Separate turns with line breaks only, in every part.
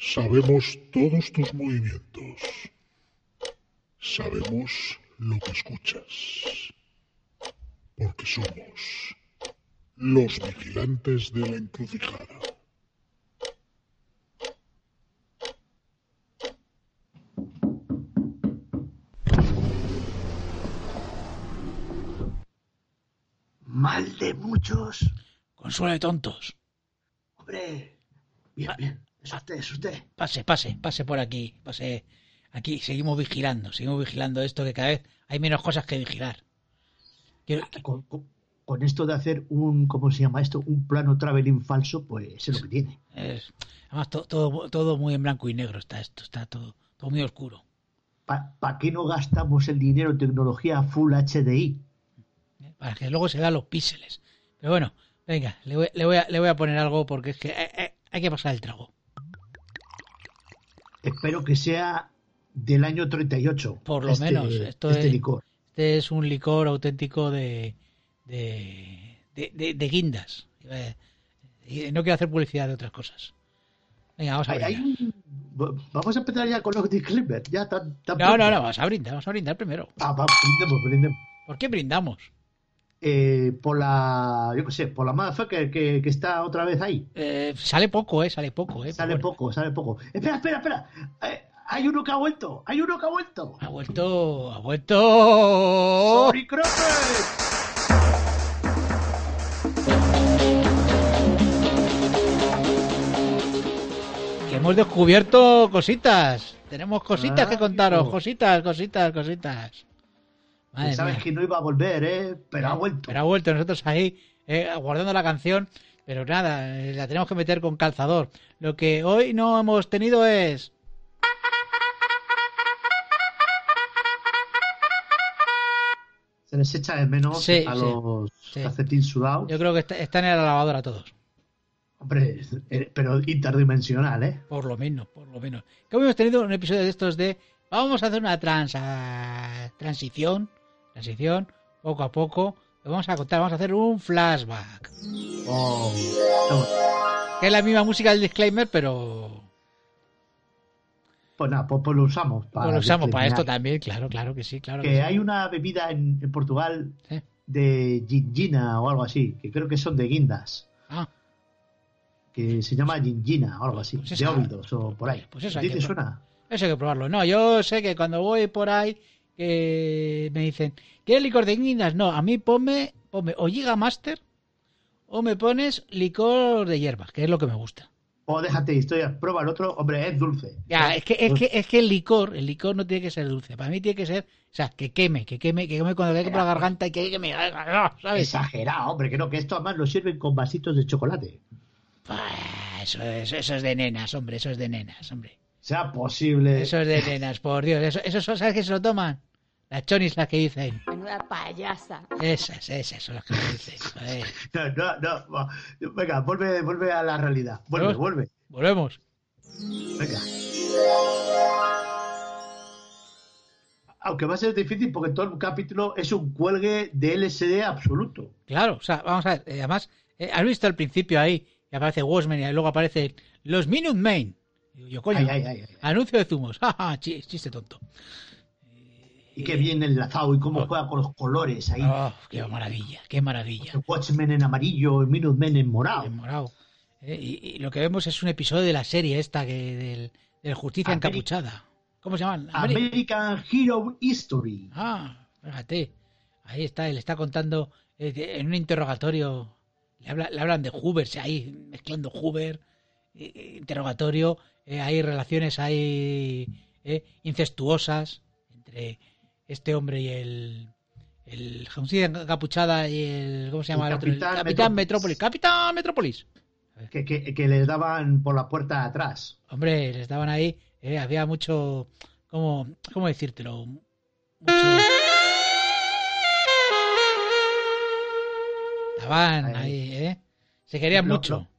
Sabemos todos tus movimientos. Sabemos lo que escuchas. Porque somos los vigilantes de la encrucijada.
Mal de muchos.
Consuelo de tontos.
Hombre. Bien, bien. Es usted, es usted.
Pase, pase, pase por aquí. Pase. Aquí seguimos vigilando, seguimos vigilando esto que cada vez hay menos cosas que vigilar. Quiero-
Con, con- con esto de hacer un, ¿cómo se llama esto? Un plano traveling falso, pues es lo que tiene.
es- además, to- todo, todo muy en blanco y negro está esto, está todo, todo muy oscuro.
¿Para qué no gastamos el dinero en tecnología Full HDI?
¿eh? Para que luego se dan los píxeles. Pero bueno, venga, le voy, le voy, a, le voy a poner algo porque es que eh, eh, hay que pasar el trago.
Espero que sea del año 38.
Por lo menos, esto
este
es-
licor.
Este es un licor auténtico de. de. de, de- de guindas. Eh, y No quiero hacer publicidad de otras cosas. Venga, vamos a
Hay- hay
brindar.
un- Vamos a empezar ya con los disclaimers. Ya tan, tan
No, no,
pronto.
no, vamos a brindar, vamos a brindar primero.
Ah, va, brindemos, brindemos.
¿Por qué brindamos?
Eh, por la, yo qué sé, por la motherfucker que, que está otra vez ahí.
Eh, sale poco, eh, sale poco, eh.
Sale
pero bueno,
poco, sale poco. Espera, espera, espera. Eh, hay uno que ha vuelto, hay uno que ha vuelto.
Ha vuelto, ha vuelto.
Sorry, Crocker.
Que hemos descubierto cositas. Tenemos cositas que
Ah,
contaros,
amigo.
cositas, cositas, cositas. Madre
Sabes
mía.
que no iba a volver, ¿eh? Pero ha vuelto.
Pero ha vuelto, nosotros ahí eh, guardando la canción, pero nada, eh, la tenemos que meter con calzador. Lo que hoy no hemos tenido es...
Se les echa de menos
Sí,
a
sí,
los
sí.
calcetines sudados.
Yo creo que está- están en la lavadora todos,
Hombre, eh, pero interdimensional, ¿eh?
por lo menos, por lo menos. Que hoy hemos tenido un episodio de estos de... Vamos a hacer una transa- transición, transición, poco a poco. Lo vamos a contar, vamos a hacer un flashback.
Oh, no.
Que es la misma música del disclaimer, pero...
Pues nada, pues, pues lo usamos para.
lo usamos para esto
discriminar.
también, claro, claro que sí, claro que,
Que
sí.
hay una bebida en, en Portugal
Sí.
de gingina o algo así, que creo que son de guindas.
Ah,
que se llama Gingina o algo así,
Pues
de
esa-
óvidos o por ahí.
pues esa
¿A ti
hay que
te suena?
Eso hay que probarlo. No, yo sé que cuando voy por ahí que me dicen, ¿quieres licor de guindas? No, a mí ponme, ponme o Giga Master o me pones licor de hierbas, que es lo que me gusta.
O Oh, déjate de historias, prueba el otro, hombre, es dulce.
Ya, es que, es
pues
que, es que el licor, el licor no tiene que ser dulce. Para mí tiene que ser, o sea, que queme, que queme, que queme cuando le queme por la garganta y que, que me, ¿sabes?
Exagerado, hombre, que no, que esto además lo sirven con vasitos de chocolate.
Ah, Eso es, eso es de nenas, hombre, eso es de nenas, hombre.
Sea posible.
Eso es de nenas, por Dios. Eso, eso son- ¿sabes que se lo toman? Las chonis las que dicen.
Menuda payasa.
Esas, esas son las que me dicen. joder.
No, no, no, va. Venga, vuelve, vuelve a la realidad. Vuelve,
¿No?
vuelve.
Volvemos.
Venga. Aunque va a ser difícil porque todo el capítulo es un cuelgue de LSD absoluto.
Claro, o sea, vamos a ver. eh, además, eh, ¿has visto al principio ahí que aparece Watchmen y luego aparece los Minute Main? Digo yo, coño,
Ay, ay, ay, ay.
anuncio de zumos. Jaja, chi- chiste tonto.
Y qué bien enlazado y cómo juega con los colores ahí.
Oh, qué maravilla, qué maravilla.
Watchmen en amarillo, Minutemen en morado.
Qué morao. Eh, y, y lo que vemos es un episodio de la serie esta que del, del Justicia
Ameri-
Encapuchada. ¿Cómo se llaman? Ameri-
American Hero History.
Ah, fíjate. Ahí está, él está contando eh, de- en un interrogatorio. Le, habla- le hablan de Hoover, sí, ahí mezclando Hoover, eh, eh, interrogatorio. eh, hay relaciones ahí eh, incestuosas entre este hombre y el. El Justicia Capuchada y el. ¿Cómo se llama
El
el, otro? El
Capitán
Capitán Metrópolis.
Metrópolis.
¡Capitán Metrópolis!
Que, que, que les daban por la puerta de atrás.
Hombre, les daban ahí. eh, había mucho. ¿Cómo, cómo decírtelo? Mucho. Estaban ahí,
Ahí.
¿eh? Se querían
Lo-
mucho.
lo-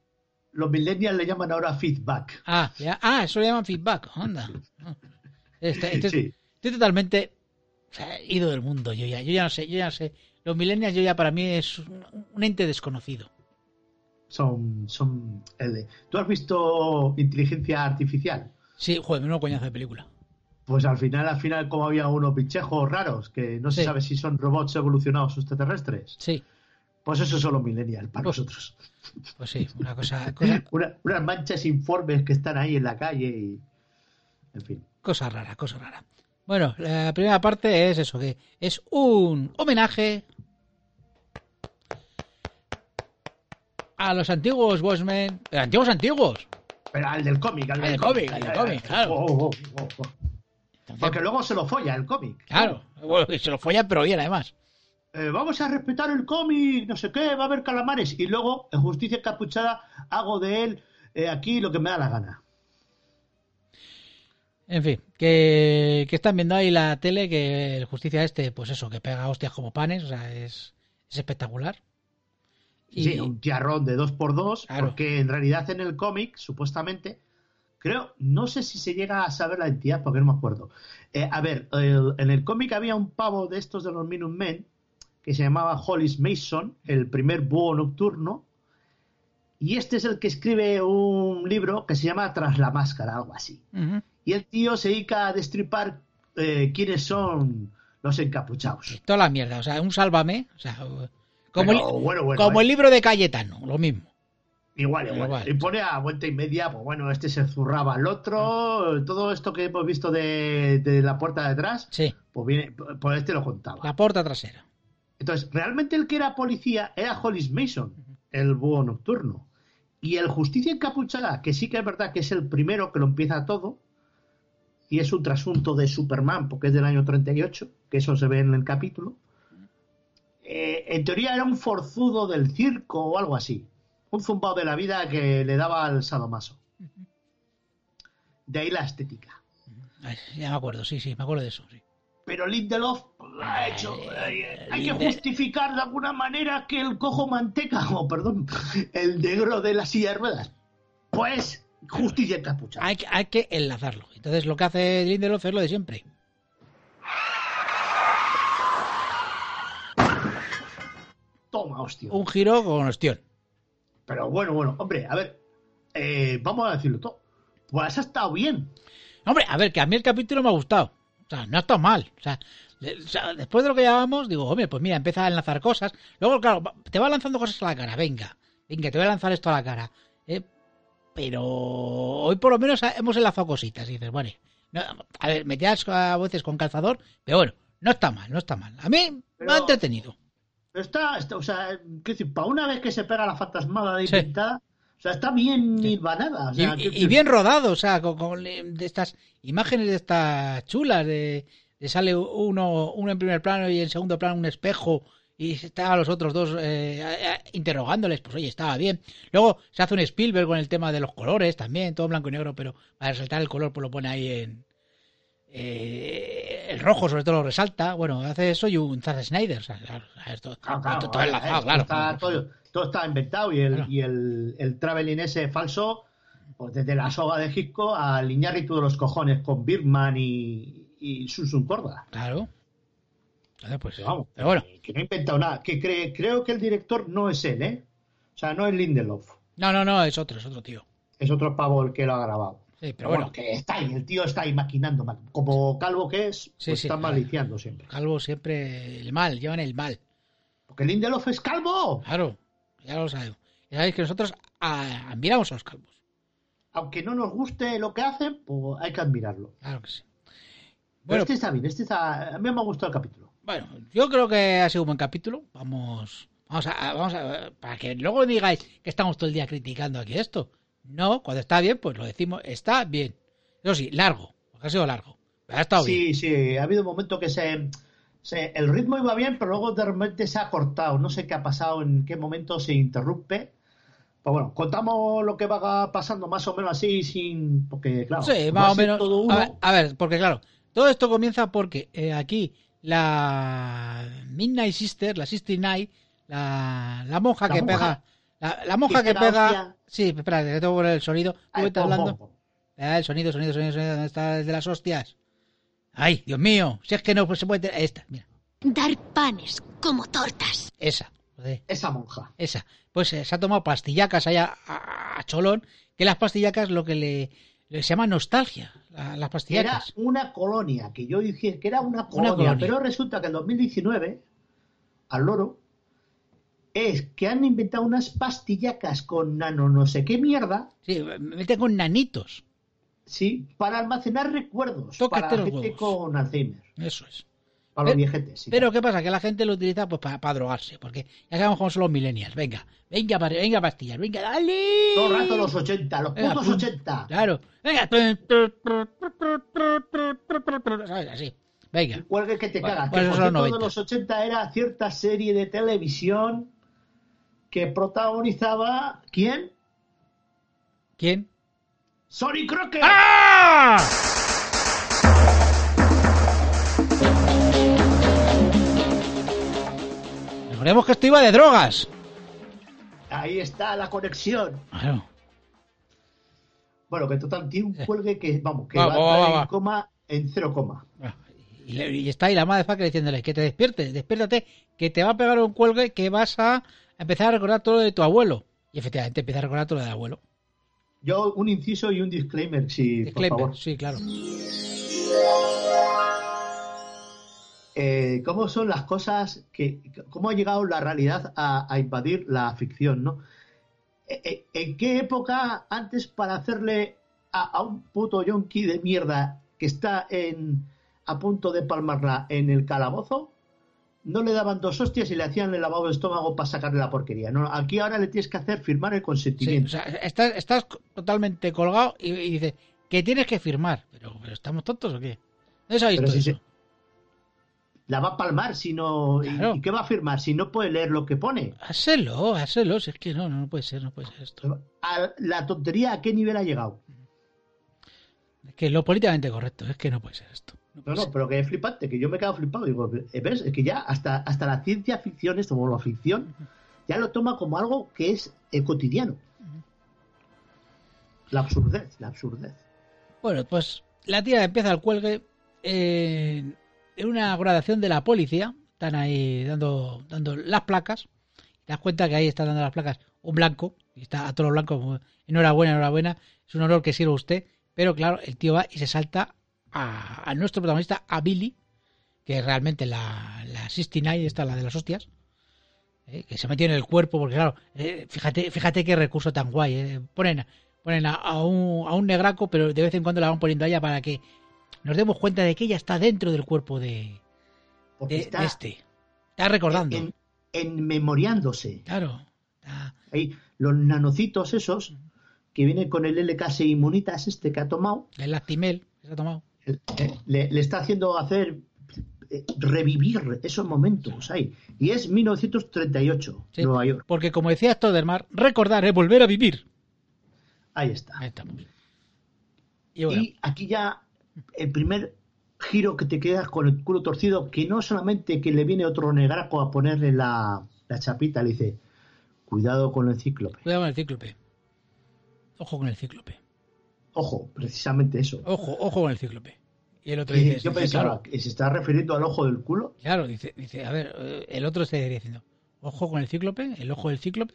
Los millennials le llaman ahora feedback.
Ah, ya- ah, eso le llaman feedback. Onda. Ah. Este- este-
Sí.
Estoy totalmente o sea, ido del mundo. Yo ya, yo ya no sé, yo ya no sé. Los millennials, yo ya para mí es un, un ente desconocido.
son, son L. ¿Tú has visto Inteligencia Artificial?
Sí, joder, menudo coñazo de película.
Pues al final, al final, como había unos pinchejos raros, que no se
Sí.
sabe si son robots evolucionados o extraterrestres,
Sí,
pues eso son los millennials para
Pues-
nosotros.
pues sí, una cosa, cosa,
Una- unas manchas informes que están ahí en la calle y... En fin.
cosa rara, cosa rara. Bueno, la primera parte es eso, que es un homenaje a los antiguos Watchmen. eh, Antiguos, antiguos.
Pero al del cómic, al
Al
del
del cómic, al del cómic, claro.
Oh, oh, oh, oh. Porque luego se lo folla el cómic.
Claro, bueno, y se lo follan, pero bien, además.
Eh, vamos a respetar el cómic, no sé qué, va a haber calamares. Y luego, en Justicia Encapuchada, hago de él eh, aquí lo que me da la gana.
En fin, que, que están viendo ahí la tele que el Justicia este, pues eso, que pega hostias como panes, o sea, es, es espectacular. Y,
Sí, un tiarrón de 2x2,
Claro.
porque en realidad en el cómic, supuestamente, creo, no sé si se llega a saber la entidad, porque no me acuerdo. Eh, a ver, el- en el cómic había un pavo de estos de los Minutemen que se llamaba Hollis Mason, el primer búho nocturno, y este es el que escribe un libro que se llama Tras la máscara, algo así.
Ujú.
Y el tío se dedica a destripar eh, quiénes son los encapuchados.
Toda la mierda, o sea, un sálvame, o sea, como,
Pero,
el,
bueno, bueno,
como
eh.
el libro de Cayetano, lo mismo.
Igual, igual.
Igual.
Y pone a vuelta y media, pues bueno, este se zurraba al otro,
Ah.
todo esto que hemos visto de, de la puerta de atrás,
Sí,
pues viene, por este lo contaba.
la puerta trasera.
Entonces, realmente el que era policía era Hollis Mason, el búho nocturno. Y el Justicia Encapuchada, que sí que es verdad que es el primero que lo empieza todo, y es un trasunto de Superman, porque es del año 38, que eso se ve en el capítulo. eh, en teoría era un forzudo del circo o algo así. Un zumbao de la vida que le daba al sadomaso. De ahí la estética.
Ay, ya me acuerdo, sí, sí, me acuerdo de eso. sí.
Pero Lindelof lo ha hecho.
Eh,
Hay, eh, hay que
Lindel-
justificar de alguna manera que el cojo manteca, o perdón, el negro de la silla de ruedas. Pues, justicia encapuchada.
Hay, que- hay que enlazarlo. Entonces lo que hace Lindelof es lo de siempre.
Toma, hostia.
Un giro con ostión.
Pero bueno, bueno, hombre, a ver, eh, vamos a decirlo todo. Pues ha estado bien.
Hombre, a ver, que a mí el capítulo me ha gustado. O sea, no ha estado mal. O sea, le- o sea, después de lo que llevábamos, digo, hombre, pues mira, empieza a enlazar cosas. Luego, claro, va- te va lanzando cosas a la cara. Venga, venga, te voy a lanzar esto a la cara. Eh, pero hoy por lo menos ha- hemos enlazado cositas. Y dices, bueno, no, a ver, metías a veces con calzador, pero bueno, no está mal, no está mal. A mí me
Pero-
ha entretenido.
Pero está, está- o sea, quiero decir, para una vez que se pega la fantasmada de
Sí.
inventada, o sea, está bien hilvanada. O sea,
y,
quiero
y
decir,
bien rodado, o sea, con, con, eh, de estas imágenes de estas chulas, de, de sale uno, uno en primer plano y en segundo plano un espejo y está a los otros dos eh, a- a- interrogándoles, pues oye, estaba bien. Luego se hace un Spielberg con el tema de los colores también, todo blanco y negro, pero para resaltar el color pues lo pone ahí en... eh, el rojo sobre todo lo resalta, bueno, hace eso y un Zack Snyder, o sea, claro, esto-
claro, claro,
todo enlazado,
esto
claro.
está todo, todo está inventado y el,
Claro.
y el, el traveling ese falso, pues desde la soga de Hitchcock a Liñarritu de los cojones con Birdman y, y Susun Corda.
Claro. Entonces, pues,
Pero vamos,
pero bueno.
que no ha inventado nada, que cree- creo que el director no es él, ¿eh? O sea, no es Lindelof,
No, no, no, es otro, es otro tío.
es otro pavo el que lo ha grabado.
Sí, pero
Pero bueno,
bueno,
que está ahí, el tío está ahí maquinando, ma- como calvo que es,
Sí,
pues
sí,
está
claro.
maliciando siempre.
Calvo siempre el mal, llevan el mal.
Porque Lindelof es calvo,
Claro, ya lo sabemos. Ya sabéis que nosotros ah, admiramos a los calvos.
aunque no nos guste lo que hacen, pues hay que admirarlo.
Claro que sí.
Pero
Bueno,
este está bien, este está, a mí me ha gustado el capítulo.
bueno, yo creo que ha sido un buen capítulo. Vamos, vamos a, vamos a, para que luego digáis que estamos todo el día criticando aquí esto. No, cuando está bien, pues lo decimos, está bien. Eso sí, largo, porque ha sido largo. Pero ha estado
Sí,
bien.
sí, ha habido un momento que se, se- el ritmo iba bien, pero luego de repente se ha cortado. No sé qué ha pasado, en qué momento se interrumpe. Pues bueno, contamos lo que va pasando más o menos así, sin. Porque, claro,
Sí,
va
más
a
o
ser
menos.
todo uno.
A ver, a ver, porque claro, todo esto comienza porque eh, aquí la Midnight Sister, la Sister Night, la, la monja
La
que
monja.
pega. La, la monja
Que
que
pega hostia.
pega. Sí, espera, que tengo que poner el sonido. Tú
Ay,
vete
pom,
hablando.
pom, pom.
Ah, el sonido, sonido, sonido, sonido. ¿Dónde está el de las hostias? Ay, Dios mío. Si es que no pues se puede. Esta, mira.
Dar panes como tortas.
Esa. joder,
Esa monja.
Esa. pues eh, se ha tomado pastillacas allá a, a Cholón, que las pastillacas lo que le, le se llama nostalgia, la- las
Era
pastillacas.
una colonia, que yo dije que era una colonia,
colonia.
pero resulta que en 2019, al loro, es que han inventado unas pastillacas con nano no sé qué mierda,
Sí, mete con nanitos,
sí, para almacenar recuerdos
Tócate
para
los
gente
huevos.
con Alzheimer,
eso es.
para los
Pero-
viejetes. sí.
Pero ¿qué pasa? Que la gente lo utiliza pues para drogarse, porque ya sabemos cómo son los millennials. Venga, venga, pa- venga pastillas, venga, dale.
Todo el rato los 80, los
Venga,
putos
pum.
80.
Claro, venga. ¿Sabes? Así. Venga.
Cuelgue que te
Bueno,
cagas.
pues
que por
son los
cierto, de
90.
los 80 era cierta serie de televisión que protagonizaba. ¿Quién?
¿Quién?
¡Sonny Crockett!
¡Ah! Recordemos que esto iba de drogas.
Ahí está la conexión.
Claro.
Bueno, que total tiene
Eh.
un cuelgue que, vamos, que
Va,
va,
va,
a
va,
estar
va.
en coma en cero coma.
Y, le- y está ahí la madre Faker diciéndole que te despiertes, despiértate, que te va a pegar un cuelgue que vas a empezar a recordar todo lo de tu abuelo. Y efectivamente empieza a recordar todo lo del abuelo.
Yo un inciso y un disclaimer, si
Disclaimer,
por favor.
sí, claro.
Eh, ¿Cómo son las cosas que, cómo ha llegado la realidad a, a invadir la ficción, no? Eh, eh, ¿En qué época antes para hacerle a, a un puto yonki de mierda que está en a punto de palmarla en el calabozo? No le daban dos hostias y le hacían el lavado de estómago para sacarle la porquería. No, aquí ahora le tienes que hacer firmar el
Sí,
consentimiento.
o sea, estás, estás totalmente colgado y, y dices que tienes que firmar. Pero, pero ¿estamos tontos o qué? ¿Dónde sabéis
Pero
todo
si
eso?
se- la va a palmar si no. y-
Claro.
¿Y qué va a firmar si no puede leer lo que pone?
Háselo, háselo, si es que no, no puede ser, no puede ser esto.
A la tontería, ¿a qué nivel ha llegado?
Es que lo políticamente correcto, es que no puede ser esto. No
No,
puede
no,
ser.
pero que es flipante, que yo me he quedado flipado. Digo, eh, ¿ves? Es que ya hasta, hasta la ciencia ficción, esto como la ficción, ya lo toma como algo que es eh, cotidiano. La absurdez, la absurdez.
Bueno, pues la tía empieza el cuelgue eh, en una gradación de la policía. Están ahí dando, dando las placas. Te das cuenta que ahí están dando las placas un blanco. Y está a todos los blancos. como, Enhorabuena, enhorabuena. Es un honor que sirva usted. Pero claro, el tío va y se salta a, a nuestro protagonista, a Billy. Que es realmente la, la 69, esta, la de las hostias. eh, que se metió en el cuerpo. Porque claro, eh, fíjate, fíjate qué recurso tan guay. eh, Ponen ponen a, a un, a un negraco, pero de vez en cuando la van poniendo a ella para que nos demos cuenta de que ella está dentro del cuerpo de,
Porque
de- de
está
este. Está recordando.
en- enmemoriándose.
Claro. Está-
Ahí, los nanocitos esos que vienen con el LKS inmunitas este que ha tomado,
el lactimel que se ha tomado.
eh, le, le está haciendo hacer eh, revivir esos momentos ahí. Y es 1938,
Sí.
Nueva York.
Porque como decía Stodermar, recordar es volver a vivir.
Ahí está.
Ahí estamos. Y bueno,
Y aquí ya el primer giro que te quedas con el culo torcido, que no solamente que le viene otro negraco a ponerle la, la chapita, le dice, cuidado con el cíclope.
cuidado con el cíclope. Ojo con el cíclope.
Ojo, precisamente eso.
Ojo, ojo con el cíclope. Y el otro
Y
dice,
yo
dice,
pensaba,
claro,
¿que ¿se está refiriendo al ojo del culo?
claro, dice, dice, a ver, eh, el otro se diría diciendo, ojo con el cíclope, el ojo del cíclope.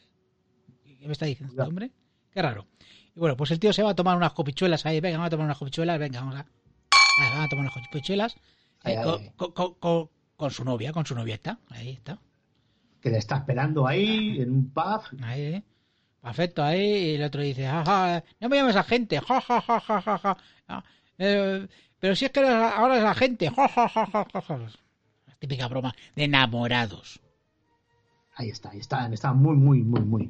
¿Qué me está diciendo este
Cuidado.
hombre? Qué raro. Y bueno, pues el tío se va a tomar unas copichuelas ahí. Venga, vamos a tomar unas copichuelas. Venga, vamos a. Ah, vamos a tomar unas copichuelas.
Ay,
eh,
ay,
con,
ay.
con- con- con- con su novia, con su novia está. Ahí está.
Que le está esperando ahí, en un pub.
Ahí, eh. Perfecto, ahí. Y el otro dice, jaja, no me llames agente. Ja, ja, ja, ja, ja, ja. Ah, eh, pero si es que eres- ahora es agente. Ja, ja, ja, ja, ja, ja. La típica broma de enamorados.
Ahí está, ahí está, está muy, muy, muy, muy.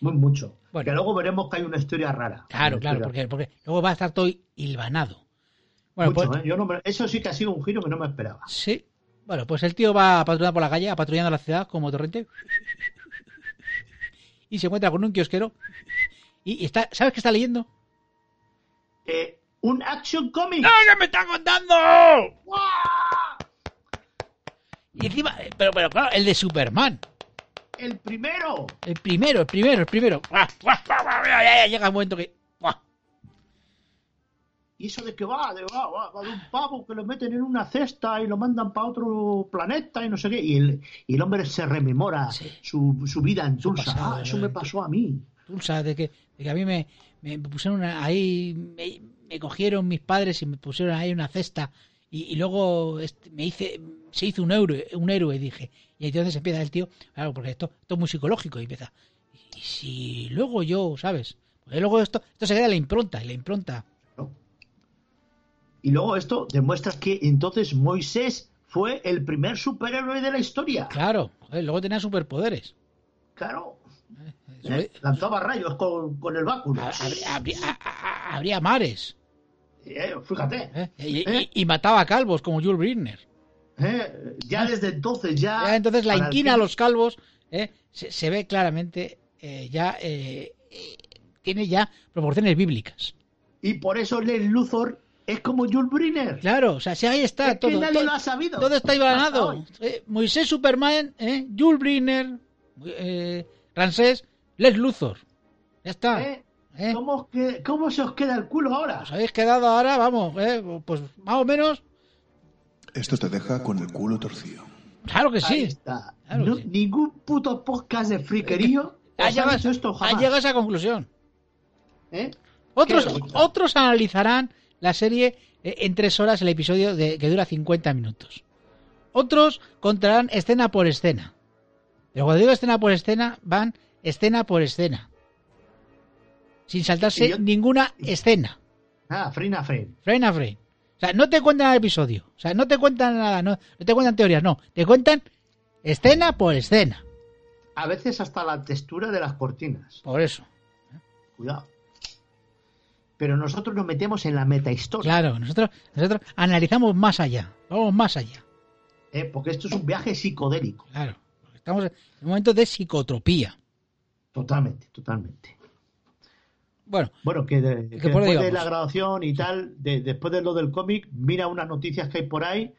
Muy mucho.
Bueno.
Que luego veremos que hay una historia rara.
Claro,
Una
claro,
historia-
porque, porque luego va a estar todo hilvanado. Bueno,
mucho,
pues,
¿eh? Yo no me- Eso sí que ha sido un giro que no me esperaba.
Sí. Bueno, pues el tío va a patrullar por la calle, a patrullando la ciudad como torrente. Y se encuentra con un kiosquero. Y y está, ¿sabes qué está leyendo?
Eh, un action comic.
que me está contando!
¡Guau!
Y encima, eh, pero, pero claro, el de Superman.
El primero.
El primero, el primero, el primero. ¡Guau, guau, guau, guau! Ya, ya, ya, Llega un momento que. ¡guau!
Y eso de que va, de va, va, va de un pavo que lo meten en una cesta y lo mandan para otro planeta y no sé qué. Y el, y el hombre se rememora
Sí. ¿eh?
su, su vida en
Su
Tulsa.
pasado,
ah, eso
¿no?
me pasó a mí.
Tulsa, de que, de que a mí me, me pusieron una- ahí, me, me cogieron mis padres y me pusieron ahí una cesta y, y luego este, me hice, se hizo un héroe, un héroe, dije. Y entonces empieza el tío, claro, porque esto, esto es muy psicológico y empieza. Y si luego yo, ¿sabes? Porque luego esto, esto se queda en la impronta, en la impronta.
¿no? Y luego esto demuestra que entonces Moisés fue el primer superhéroe de la historia.
Claro, joder, luego tenía superpoderes.
Claro.
Eso
¿eh?
es-
Lanzaba rayos con, con el báculo.
hab- habría- habría- a- a- habría mares.
Eh, fíjate.
¿eh? Y, y-
¿Eh?
y mataba calvos como Jules Briner.
eh, Ya desde entonces, ya.
Ah. Ya, entonces la
para el
inquina a
tiempo-
los calvos eh, se, se ve claramente eh, ya eh, eh, tiene ya proporciones bíblicas.
Y por eso Lex Luthor es como Jules Briner.
Claro, o sea, si ahí está
Es que
todo.
nadie
todo,
lo ha sabido.
todo está
Hasta
igualado.
hoy.
Eh, Moisés Superman, eh, Jules Briner, eh, Ramsés, Les Luthor. Ya está.
¿Eh?
eh. Pues
¿Cómo, os que- cómo se os queda el culo ahora?
Os habéis quedado ahora, vamos, eh, pues más o menos.
Esto te deja con el culo torcido.
Claro que
Ahí
sí.
está.
Claro
No-
que sí.
Ningún puto podcast de friquerío os
Ha
ha
llegado,
dicho esto
ha
jamás.
llegado a esa conclusión.
¿eh?
Otros,
Qué bonito.
otros analizarán la serie eh, en tres horas, el episodio de, que dura 50 minutos. Otros contarán escena por escena. Pero cuando digo escena por escena, van escena por escena. Sin saltarse
Y yo-
ninguna escena.
Ah, Frina Frame.
Frame a frame. O sea, no te cuentan el episodio. O sea, no te cuentan nada. No, no te cuentan teorías, no. Te cuentan escena por escena.
A veces hasta la textura de las cortinas.
Por eso.
Cuidado. Pero nosotros nos metemos en la metahistoria.
Claro, nosotros, nosotros analizamos más allá. Vamos más allá.
¿eh? Porque esto es un viaje psicodélico.
Claro, porque estamos en un momento de psicotropía.
Totalmente, totalmente.
Bueno,
Bueno, que, de- que
por
después
digamos.
de la grabación y tal, de- después de lo del cómic, mira unas noticias que hay por ahí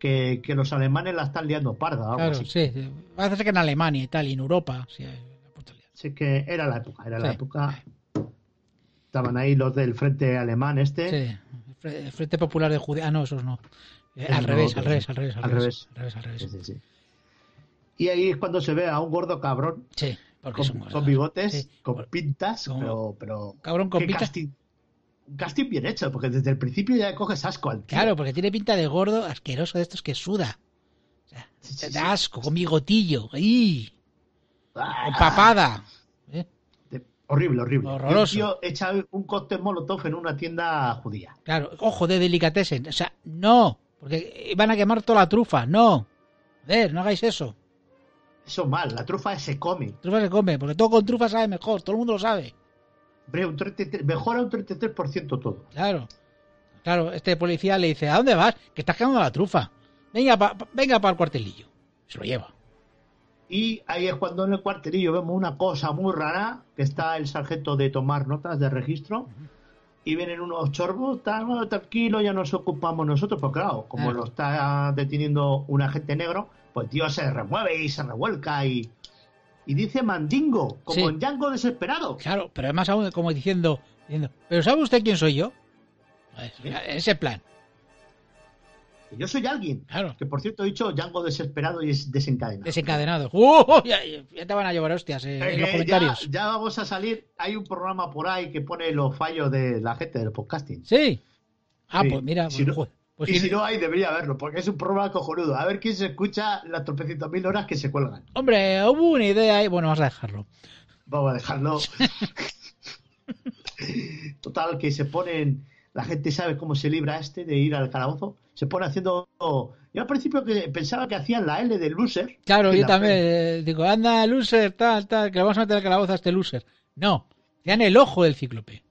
que, que los alemanes la están liando parda. o algo
claro,
así.
sí. sí. Parece ser que en Alemania y tal, y en Europa. sí, hay la puta liada.
Así que era la época, era la
Sí.
época. Estaban ahí los del frente alemán este.
Sí, el Fre- el Frente Popular de Judea. Ah, no, esos no. Eh,
Esos
al,
no,
revés, al
otros.
revés, al revés, al
Al
revés.
revés.
Al revés, al revés.
Sí, sí, sí. Y ahí es cuando se ve a un gordo cabrón
Sí, porque
con,
son
con
gordos.
bigotes,
Sí,
con
por-
pintas,
con-
pero, pero
Cabrón con
qué
pinta.
casting, un casting bien hecho, porque desde el principio ya coges asco al tío.
Claro, porque tiene pinta de gordo asqueroso de estos que suda. O sea,
Sí, sí,
da
sí.
asco, con bigotillo. ¡Ahí!
¡Ah!
Con papada. ¿eh?
De- horrible, horrible.
Horroroso.
Y un tío echa un cóctel molotov en una tienda judía.
Claro, ojo de delicatessen. O sea, no, porque van a quemar toda la trufa. No. A ver, no hagáis eso.
Eso mal, la trufa se come.
Trufa se come, porque todo con trufa sabe mejor, todo el mundo lo sabe.
Hombre, un 33 mejora un 33% todo.
Claro. Claro, este policía le dice, ¿a dónde vas? Que estás quemando la trufa. Venga, pa- pa- venga para el cuartelillo. Se lo lleva.
Y ahí es cuando en el cuartelillo vemos una cosa muy rara, que está el sargento de tomar notas de registro, y vienen unos chorbos, tal, bueno, tranquilo, ya nos ocupamos nosotros, pues claro, como
Claro.
lo está deteniendo un agente negro, pues Dios se remueve y se revuelca y, y dice mandingo, como
Sí.
en Django desesperado.
Claro, pero además aún como diciendo, diciendo ¿pero sabe usted quién soy yo? Pues,
Sí.
ese plan,
Yo soy alguien.
claro.
Que por cierto he dicho Django desesperado y es desencadenado.
Desencadenado. ¡Uh! ya, ya te van a llevar hostias
Eh,
eh, en los
que ya,
comentarios.
ya vamos a salir. Hay un programa por ahí que pone los fallos de la gente del podcasting.
Sí. Ah,
Sí.
pues mira,
Si no-
pues, pues
y
si
si
no-
no hay, debería haberlo, porque es un programa cojonudo. A ver quién se escucha las tropecientas mil horas que se cuelgan.
Hombre, hubo una idea ahí. Bueno, vas a dejarlo.
Vamos a dejarlo. Total, que se ponen. La gente sabe cómo se libra este de ir al calabozo. Se pone haciendo. Yo al principio que pensaba que hacían la L de loser.
Claro,
Y
yo
la
también
P.
eh, digo, anda, loser, tal, tal, que le vamos a meter al calabozo a este loser. No, te dan el ojo del cíclope.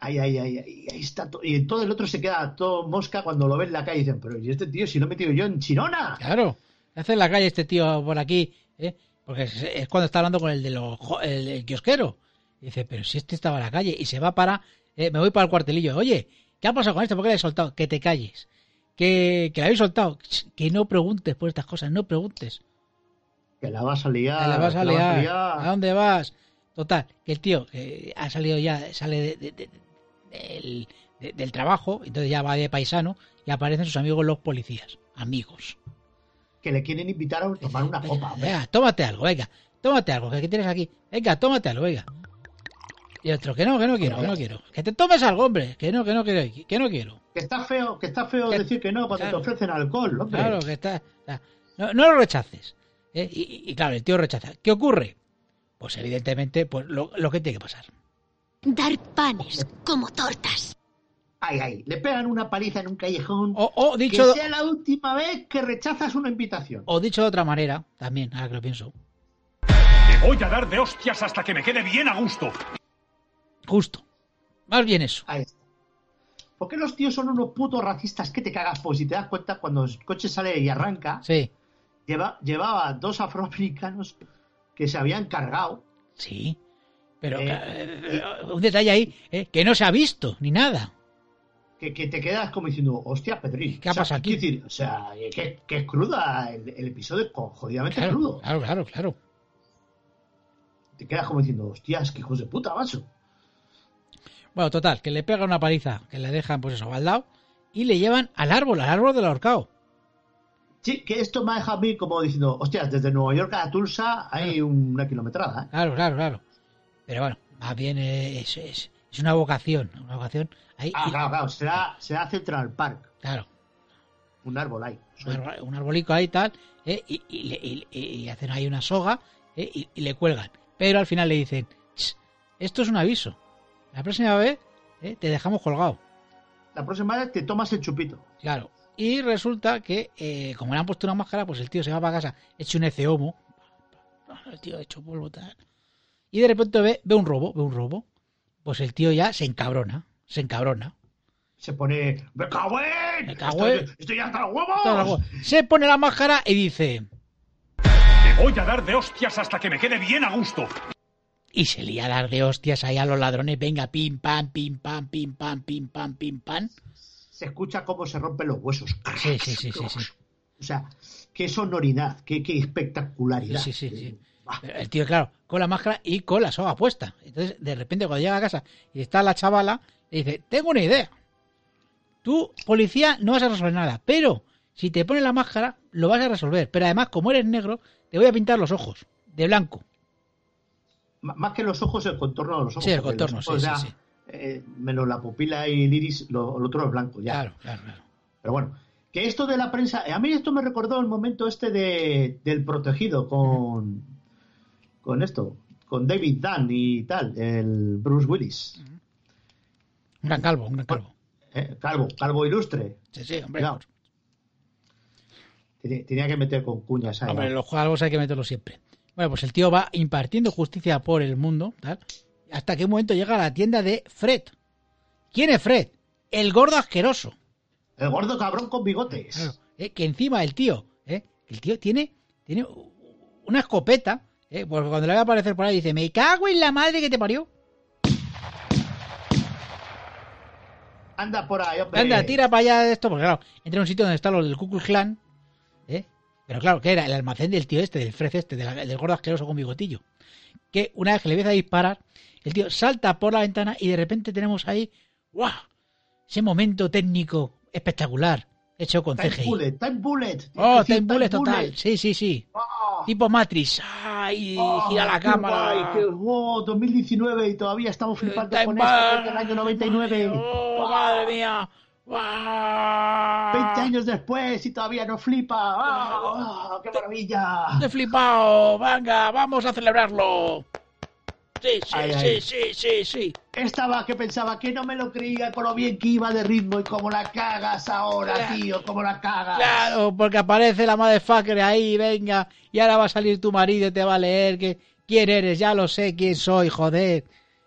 Ahí, ahí, ahí, ahí, ahí está. to- Y todo el otro se queda todo mosca cuando lo ve en la calle y dicen, pero ¿y este tío si lo he metido yo en Chirona?
Claro, ¿qué hace en la calle este tío por aquí? eh? Porque es, es cuando está hablando con el de los jo- el, el kiosquero. Y dice, pero si este estaba en la calle y se va para, eh, me voy para el cuartelillo. Oye, ¿qué ha pasado con esto? ¿Por qué le habéis soltado? Que te calles. Que, que le habéis soltado. Que no preguntes por estas cosas, no preguntes.
Que la vas a liar.
Te la vas a
que la
liar. Ah. ¿A dónde vas? Total, que el tío que ha salido ya, sale de- de- de- del, de- del trabajo, entonces ya va de paisano y aparecen sus amigos los policías, amigos.
que le quieren invitar a tomar una
Venga,
copa. Ah, hombre.
venga, tómate algo, venga, tómate algo, que aquí tienes aquí, venga, tómate algo, venga. Y otro, que no, que no quiero, que no quiero. Que te tomes algo, hombre, que no, que no quiero, que no quiero.
Que está feo, que está feo
Que-
decir que no cuando
claro.
te ofrecen alcohol, hombre.
Claro, que está. está. No, no lo rechaces. ¿eh? Y, y- y claro, el tío rechaza. ¿Qué ocurre? Pues evidentemente, pues lo, lo que tiene que pasar.
Dar panes como tortas.
Ay, ay, le pegan una paliza en un callejón.
O, o Oh, dicho, Oh.
Que sea la última vez que rechazas una invitación.
o dicho de otra manera, también, ahora que lo pienso.
Te voy a dar de hostias hasta que me quede bien a gusto.
Justo. Más bien eso.
Ahí está. ¿Por qué los tíos son unos putos racistas que te cagas? Pues si te das cuenta, cuando el coche sale y arranca,
Sí,
lleva, llevaba dos afroamericanos que se habían cargado.
sí. Pero
Eh,
claro, eh, un detalle ahí, ¿eh? que no se ha visto ni nada.
Que, que te quedas como diciendo, hostia, Pedri.
¿Qué ha
o sea,
pasado aquí?
quiero decir, o sea, eh, que, que es cruda el, el episodio, es co- jodidamente
Claro,
crudo.
claro, claro, claro.
Te quedas como diciendo, hostias, que hijos de puta, macho.
Bueno, total, que le pega una paliza, que le dejan, pues eso, al lado, y le llevan al árbol, al árbol del ahorcado.
Sí, que esto me deja a mí como diciendo, hostias, desde Nueva York a Tulsa hay una kilometrada. ¿eh?
Claro, claro, claro. Pero bueno, más bien eh, es, es, es una vocación, una vocación. Ahí,
Ah,
y-
claro, claro, será, será Central Park,
claro,
un árbol ahí.
un, arbo- un arbolico ahí tal, eh, y, y le- y- y- y hacen ahí una soga eh, y, y le cuelgan. Pero al final le dicen, "Ch, esto es un aviso. La próxima vez eh, te dejamos colgado.
La próxima vez te tomas el chupito.
Claro. Y resulta que, eh, como le han puesto una máscara, pues el tío se va para casa, hecho un eceomo. El tío hecho polvo tal. Y de repente ve, ve un robo, ve un robo. Pues el tío ya se encabrona, se encabrona.
Se pone, ¡me cago en!
Me cago en.
Estoy, estoy hasta los huevos!
Todo algo. Se pone la máscara y dice.
Te voy a dar de hostias hasta que me quede bien a gusto.
Y se lía a dar de hostias ahí a los ladrones. Venga, pim, pam, pim, pam, pim, pam, pim, pam, pim, pam.
Se escucha cómo se rompen los huesos.
Sí, sí, sí, sí. sí.
O sea, qué sonoridad, qué, qué espectacularidad. Eh,
Sí, sí, sí.
Bah,
Pero el tío, claro, con la máscara y con la soga puesta. Entonces, de repente, cuando llega a casa y está la chavala, le dice: Tengo una idea. Tú, policía, no vas a resolver nada. Pero si te pones la máscara, lo vas a resolver. Pero además, como eres negro, te voy a pintar los ojos de blanco.
M- Más que los ojos, el contorno de los ojos.
Sí, el
porque los
contorno, sí,
ojos
sí,
ya,
sí.
eh, menos la pupila y el iris, lo, lo otro es blanco ya.
Claro, claro, claro.
Pero bueno, que esto de la prensa, a mí esto me recordó el momento este de, del protegido con, con esto, con David Dunn y tal, el Bruce Willis,
Un gran calvo, un gran calvo.
eh, calvo, calvo ilustre.
Sí, sí, hombre.
Cuidado. Tenía tenía que meter con cuñas ahí.
Hombre, los juegos hay que meterlos siempre. Bueno, pues el tío va impartiendo justicia por el mundo, tal, hasta que un momento llega a la tienda de Fred. ¿Quién es Fred? El gordo asqueroso.
El gordo cabrón con bigotes.
Claro, eh, que encima el tío, eh, que el tío tiene, tiene una escopeta, eh, porque cuando le va a aparecer por ahí dice, me cago en la madre que te parió.
Anda por ahí, hombre.
Anda, tira para allá de esto, porque claro, entra en un sitio donde está lo del Ku Klux Klan, ¿eh? Pero claro, que era el almacén del tío este, del Fred este, de la- del gordo asqueroso con bigotillo. Que una vez que le empieza a disparar, el tío salta por la ventana y de repente tenemos ahí, ¡guau! Ese momento técnico espectacular, hecho con
Time
CGI.
bullet, time bullet. Este
Oh,
Es decir,
time bullet total.
bullet.
Sí, sí, sí.
Ah,
Tipo Matrix. ¡Ay!
ah,
gira
qué
la cámara. Eh,
guay, qué- oh, 2019 y todavía estamos flipando
Time
con
bullet.
esto del año 99.
¡Oh, madre mía! ¡Guau!
20 años después y todavía no flipa. ¡Ah! ¡Ah! ¡Qué maravilla!
¡He flipado! ¡Venga, vamos a celebrarlo! Sí, sí,
Ay,
sí,
ay.
sí, sí, sí.
Estaba que pensaba que no me lo creía con lo bien que iba de ritmo y como la cagas ahora,
Claro.
tío, como la cagas.
Claro, porque aparece la motherfucker ahí, venga, y ahora va a salir tu marido y te va a leer que quién eres, ya lo sé quién soy, joder.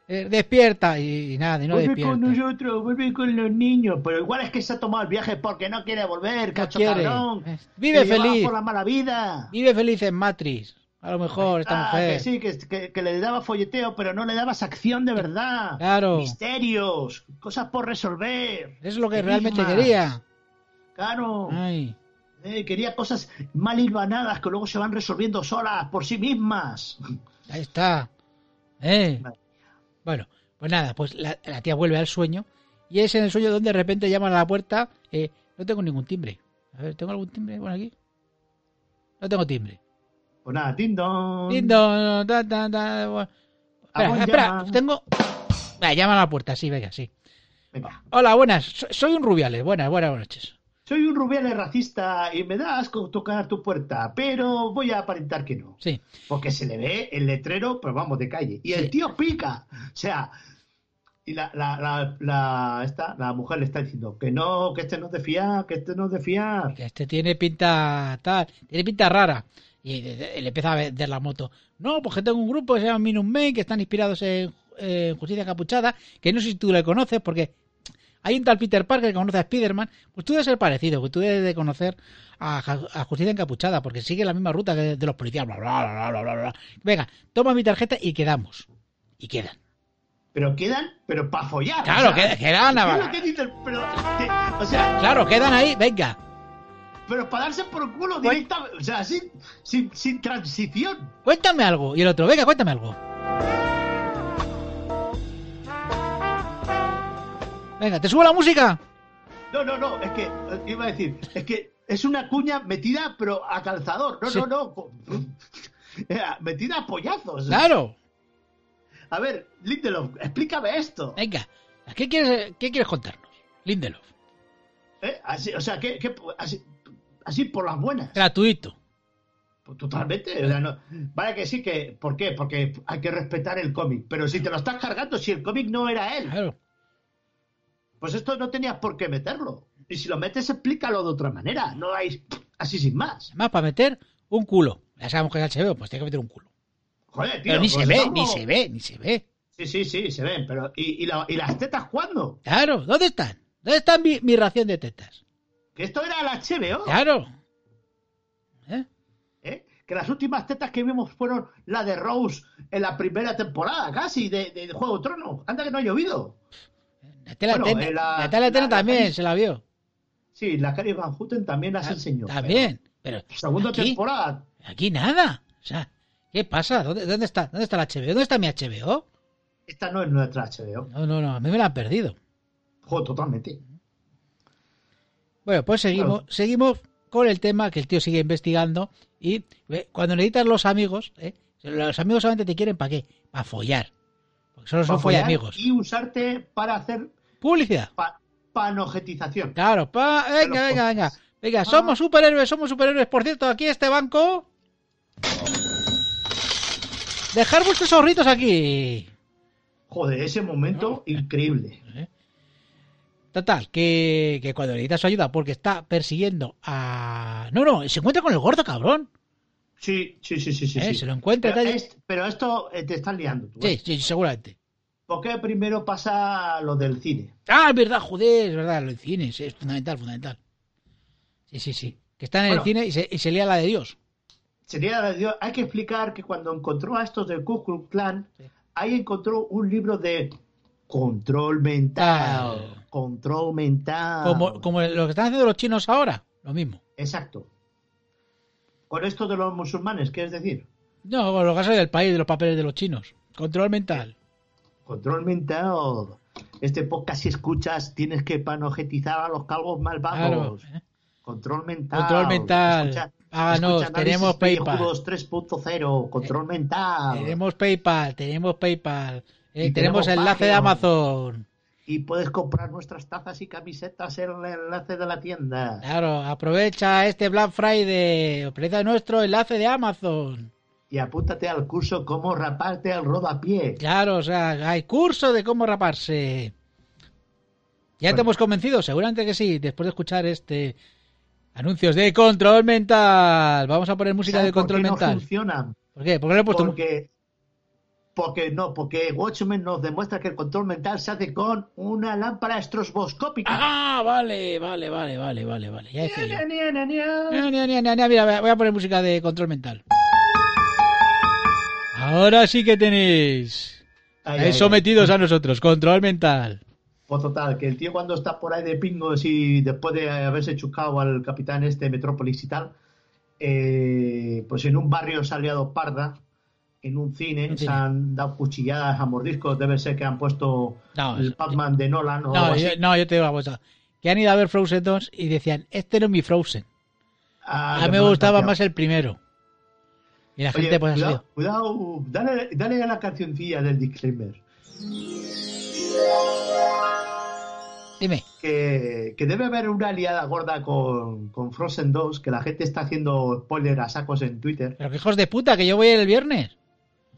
Eh, despierta y, y nada, y no
vuelve con
despierta.
nosotros, vuelve con los niños. Pero igual es que se ha tomado el viaje porque no quiere volver, cacho
quiere.
cabrón.
Eh, vive
Te llevaba
feliz.
por la mala vida.
Vive feliz en Matrix. A lo mejor esta
Ah,
mujer.
que sí, que, que- que le daba folleteo, pero no le dabas acción de verdad.
Claro.
Misterios, cosas por resolver.
Es lo que
Enigmas.
realmente quería.
Claro.
Ay.
Eh, quería cosas mal hilvanadas que luego se van resolviendo solas por sí mismas.
Ahí está. ¿Eh?
Vale.
Bueno, pues nada, pues la, la tía vuelve al sueño Y es en el sueño donde de repente llaman a la puerta. eh, no tengo ningún timbre. A ver, ¿tengo algún timbre por aquí? No tengo timbre.
Pues nada, Tindon.
Ding dong, ta, ta, ta, bueno.
Ah,
Espera,
bueno,
espera,
llama.
tengo. Ah, llama a la puerta, sí, venga, sí.
Venga.
Hola, buenas. so- Soy un Rubiales. Buenas, buenas noches.
Soy un rubiales racista y me da asco tocar tu puerta, pero voy a aparentar que no.
Sí.
Porque se le ve el letrero, pero vamos, de calle. Y el
Sí.
tío pica. O sea, y la, la, la, la- esta, la mujer le está diciendo que no, que este no es de fiar, que este no es de fiar.
Que este tiene pinta tal, tiene pinta rara. Y de- de- le empieza a vender la moto. No, porque tengo un grupo que se llama Minus Men, que están inspirados en, en Justicia Capuchada, que no sé si tú le conoces, porque hay un tal Peter Parker que conoce a Spider-Man. Pues tú debes ser parecido, que tú debes de conocer a, Ja- a Justicia Encapuchada, porque sigue la misma ruta que de los policías. Bla, bla, bla, bla, bla, bla. Venga, toma mi tarjeta y quedamos. Y quedan.
Pero quedan, pero para follar.
Claro,
o sea,
que- quedan a-
¿qué es lo que dice el- pero, que- o sea,
Claro, quedan ahí, venga.
pero para darse por culo
Pues-
directamente. O sea, sin, sin, sin transición.
Cuéntame algo. Y el otro, venga, cuéntame algo. Venga, ¿te subo la música?
No, no, no, es que eh, iba a decir, es que es una cuña metida, pero a calzador. No,
Sí.
no, no. co- eh, Metida a pollazos.
Claro.
A ver, Lindelof, explícame esto.
Venga, ¿a ¿qué quieres, qué quieres contarnos? Lindelof.
Eh, así, o sea, que, que- así, así por las buenas.
Gratuito.
Pues Totalmente. o sea, no- vale que sí, que. ¿Por qué? Porque hay que respetar el cómic. Pero si te lo estás cargando, si el cómic no era él,
Claro.
pues esto no tenías por qué meterlo. Y si lo metes, explícalo de otra manera. No hay así sin más.
Además, para meter un culo. Ya sabemos que es HBO, pues tiene que meter un culo.
Joder, tío.
Pero ni
pues
se ve,
estamos-
ni se ve, ni se ve.
Sí, sí, sí, se ven. Pero, ¿y, y la- y las tetas cuándo?
Claro, ¿dónde están? ¿Dónde está mi, mi ración de tetas?
Que esto era la HBO.
Claro. ¿Eh?
¿eh? Que las últimas tetas que vimos fueron la de Rose en la primera temporada, casi, de, de Juego de Tronos. Anda que no ha llovido.
Natalia
Bueno,
Tena,
eh, la-
Natalia
la-
Tena
la-
también se la vio.
Sí, la Carrie Van Houten también las enseñó.
Ah, También. Pero,
pero Segunda
aquí-
temporada.
Aquí nada. O sea, ¿qué pasa? ¿Dónde, dónde está? ¿Dónde está la HBO? ¿Dónde está mi HBO?
Esta no es nuestra HBO.
No, no, no, a mí me la han perdido.
Joder, totalmente.
Bueno, pues seguimos,
Claro.
seguimos con el tema que el tío sigue investigando y ve, cuando necesitas los amigos, ¿eh? los amigos solamente te quieren para qué? Para follar. Porque solo son
Pa' follar
follamigos.
Y usarte para hacer
Publicidad.
pa- panojetización.
Claro, pa, venga,
Pero,
venga,
pues,
venga. Venga, somos superhéroes, somos superhéroes. Por cierto, aquí este banco. Dejar vuestros ahorritos aquí.
Joder, ese momento increíble.
Total, que, que cuando necesita su ayuda porque está persiguiendo a... No, no, se encuentra con el gordo cabrón.
Sí, sí, sí, sí, sí.
¿eh?
sí.
Se lo encuentra...
Pero,
tal, y-
es- pero esto eh, te estás liando tú.
Sí,
¿eh?
sí, seguramente.
¿Por qué primero pasa lo del cine?
Ah, es verdad, joder, es verdad, lo del cine, sí, es fundamental, fundamental. Sí, sí, sí. Que está en el
Bueno.
cine y se, y se lía la de Dios.
Sería la de Dios. Hay que explicar que cuando encontró a estos del Ku Klux Klan,
Sí.
ahí encontró un libro de control mental.
Ah.
Control mental.
Como, como lo que están haciendo los chinos ahora, lo mismo.
Exacto. Con esto de los musulmanes, ¿qué es decir?
No, con lo que sale del país, de los papeles de los chinos. Control mental.
Control mental. Este podcast, si escuchas, tienes que panojetizar a los calvos más
Claro.
bajos.
¿eh?
Control mental.
Control mental. Páganos,
análisis
tenemos PayPal.
videojuegos 3.0. Control mental.
Tenemos PayPal, tenemos PayPal. eh,
Y
tenemos
tenemos
enlace de
Patreon.
Amazon.
Y puedes comprar nuestras tazas y camisetas en el enlace de la tienda.
Claro, aprovecha este Black Friday, aprovecha nuestro enlace de Amazon.
Y apúntate al curso Cómo raparte al rodapié.
Claro, o sea, hay curso de cómo raparse. ¿Ya te
Bueno.
hemos convencido? Seguramente que sí, después de escuchar este anuncios de control mental. Vamos a poner música
¿Sabes
de control
por qué
mental.
No funcionan?
¿Por qué? ¿Por qué no he puesto mu-
Porque, porque no, porque Watchmen nos demuestra que el control mental se hace con una lámpara estroboscópica.
Ah, vale, vale, vale, vale, vale, vale. Ya decía yo.
Nia, nia, nia, nia.
Mira, mira, mira, mira, mira, voy a poner música de control mental. Ahora sí que tenéis.
Ay, ay,
Estáis sometidos a nosotros, control mental.
ay. Pues total, que el tío cuando está por ahí de pingos y después de haberse chuscado al capitán este de Metrópolis y tal, eh, pues en un barrio se ha liado parda en un cine,
Un
se
cine.
han dado cuchilladas a mordiscos, debe ser que han puesto
No,
el
es-
Pac-Man de Nolan o algo
No,
así.
yo, no, yo te digo una cosa. Que han ido a ver Frozen 2 y decían, este no es mi Frozen.
Ah,
A
que
mí me
han
gustaba
cambiado.
más el primero. Y la
Oye,
gente pues ha
cuidado,
sido.
cuidado, dale, dale a la cancioncilla del disclaimer.
Dime.
Que, que debe haber una aliada gorda con, con Frozen 2, que la gente está haciendo spoiler a sacos en Twitter.
Pero que hijos de puta, que yo voy el viernes.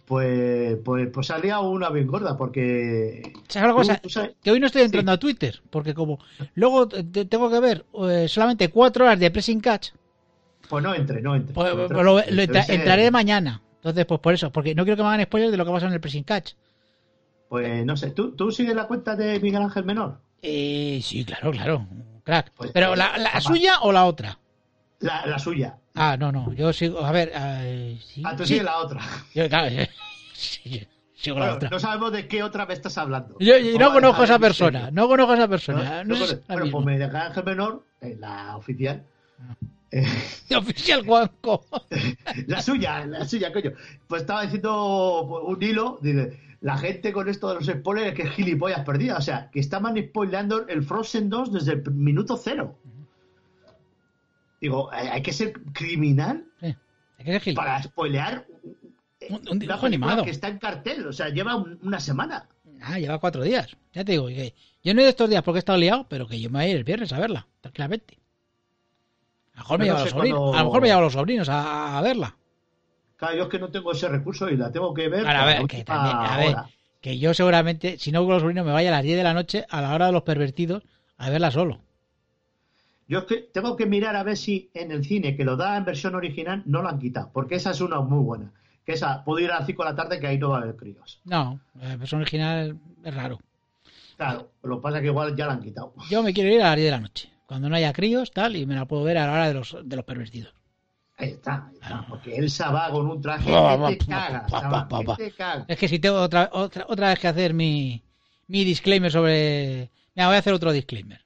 Pues, pues, pues ha liado una bien gorda, porque.
¿Sabes una cosa?
Tú- tú sabes-
Que hoy no estoy entrando a Twitter, porque como luego te- te- tengo que ver eh, solamente cuatro horas de pressing catch,
Pues no entre, no entre.
pues,
No
pues,
entre.
lo- lo entra-
Debe ser-
entraré mañana. Entonces, pues por eso, porque no quiero que me hagan spoilers de lo que pasa en el pressing catch.
Pues no sé, ¿tú, tú sigues la cuenta de Miguel Ángel Menor?
Eh, sí, claro, claro. Crack.
Pues,
Pero la, la
papá.
suya o la otra.
La, la suya.
Ah, no, no. Yo sigo. A ver. eh, sí,
Ah, tú
sí,
sigues la otra.
Yo, claro, yo- sí, yo sigo la
Bueno,
otra.
no sabemos de qué otra me estás hablando.
Yo, yo no
Vamos
conozco a
dejar
esa
el
persona.
misterio.
No conozco a esa persona. No,
No,
sé si
no,
es la
bueno,
misma.
pues Miguel Ángel Menor, eh, la oficial. eh,
De oficial Juanco.
la suya, la suya, coño. Pues estaba diciendo pues, un hilo, dice, la gente con esto de los spoilers que es gilipollas perdida, o sea, que estaban spoileando el Frozen 2 desde el minuto cero. Digo, ¿hay hay que ser criminal
Hay que ser gil.
para spoilear
Un- un dibujo
una película
animado.
que está en cartel? O sea, lleva un- una semana.
Ah, lleva cuatro días. Ya te digo, que yo no he ido estos días porque he estado liado, pero que yo me voy a ir el viernes a verla, tranquilamente. A lo mejor me
Yo no
llevo a los
sé
sobrinos,
cuándo-
a lo mejor me llevo a los sobrinos a, a verla.
Claro, yo es que no tengo ese recurso y la tengo que ver.
Claro, a
para
ver,
la
que
última
también- a ver.
hora.
Que yo seguramente, si no voy con los sobrinos, me vaya a las 10 de la noche a la hora de los pervertidos a verla solo.
Yo es que tengo que mirar a ver si en el cine que lo da en versión original no lo han quitado, porque esa es una muy buena. Que esa, puedo ir a las 5 de la tarde que ahí no va a haber críos.
No, la versión original es raro.
Claro, lo que pasa es que igual ya la han quitado.
Yo me quiero ir a las 10 de la noche, cuando no haya críos, tal, y me la puedo ver a la hora de los, de los pervertidos.
Ahí está, ahí está,
Ah.
porque Elsa va con un traje
Ah,
que te
pa,
caga,
pa,
chaval,
pa, pa.
que te caga.
Es que si tengo otra, otra, otra vez que hacer mi, mi disclaimer sobre... Mira, voy a hacer otro disclaimer.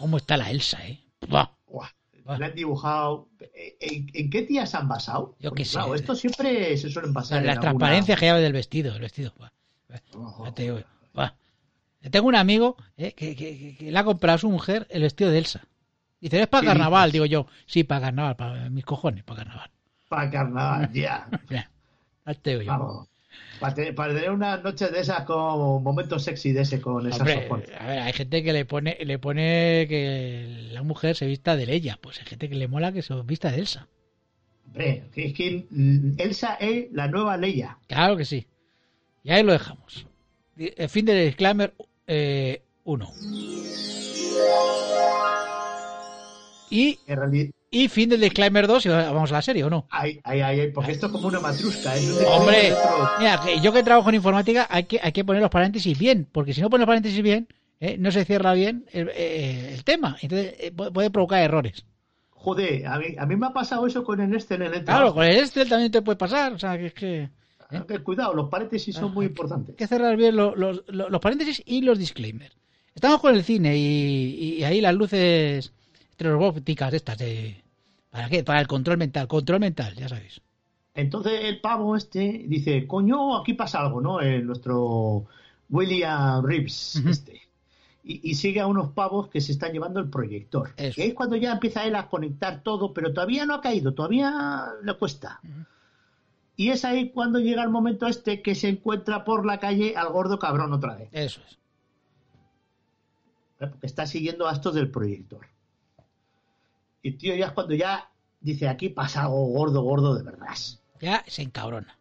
¿Cómo está la Elsa, eh? Buah.
Guau,
Bueno.
La han dibujado. Eh, ¿En, en qué días han basado?
Yo qué
Porque,
sé. eh.
Claro, esto siempre se suelen pasar.
Las
en alguna-
transparencias que lleva del vestido, el vestido. buah.
Oh,
Ya te digo, buah. Tengo un amigo eh, que, que- que- que le ha comprado a su mujer el vestido de Elsa. Dice, es para
¿Qué
carnaval,
dices?
digo yo. Sí, para carnaval, para mis cojones, para carnaval.
Para carnaval, ya.
Ya, ya te digo yo.
Vamos. Para tener, para tener una noche de esas con momentos sexy de ese con esas
Hombre,
soportes.
a ver, hay gente que le pone, le pone que la mujer se vista de Leia, pues hay gente que le mola que se vista de Elsa.
Hombre, que es que Elsa es la nueva Leia.
Claro que sí. Y ahí lo dejamos. Di- eh, Fin del disclaimer eh, 1. y,
En realidad,
y fin del disclaimer 2 y va- vamos a la serie, ¿o no?
ay, ay, ay, ay, porque esto es como una matrusca. ¿eh? Es un
Hombre,
dentro-
mira, que yo que trabajo en informática hay que, hay que poner los paréntesis bien, porque si no pones los paréntesis bien, eh, no se cierra bien el, eh, el tema. Entonces eh, pu- puede provocar errores.
Joder, a mí, a mí me ha pasado eso con el este en el
Claro,
trabajo.
con el Excel también te puede pasar. O sea, que es que
Eh, Cuidado, los paréntesis son muy
hay
importantes.
que cerrar bien lo- lo- lo- los, paréntesis y los disclaimers. Estamos con el cine y, y ahí las luces estrobóticas estas de... ¿Para qué? Para el control mental. Control mental, ya sabéis.
Entonces el pavo este dice, coño, aquí pasa algo, ¿no? Eh, nuestro William Reeves
Ujú.
este. Y, y sigue a unos pavos que se están llevando el proyector.
Eso.
Que es cuando ya empieza él a conectar todo, pero todavía no ha caído, todavía le cuesta.
Ujú.
Y es ahí cuando llega el momento este que se encuentra por la calle al gordo cabrón otra vez.
Eso es.
¿eh? porque está siguiendo actos del proyector. Y tío, ya es cuando ya dice, aquí pasa algo gordo, gordo de verdad.
Ya se encabrona.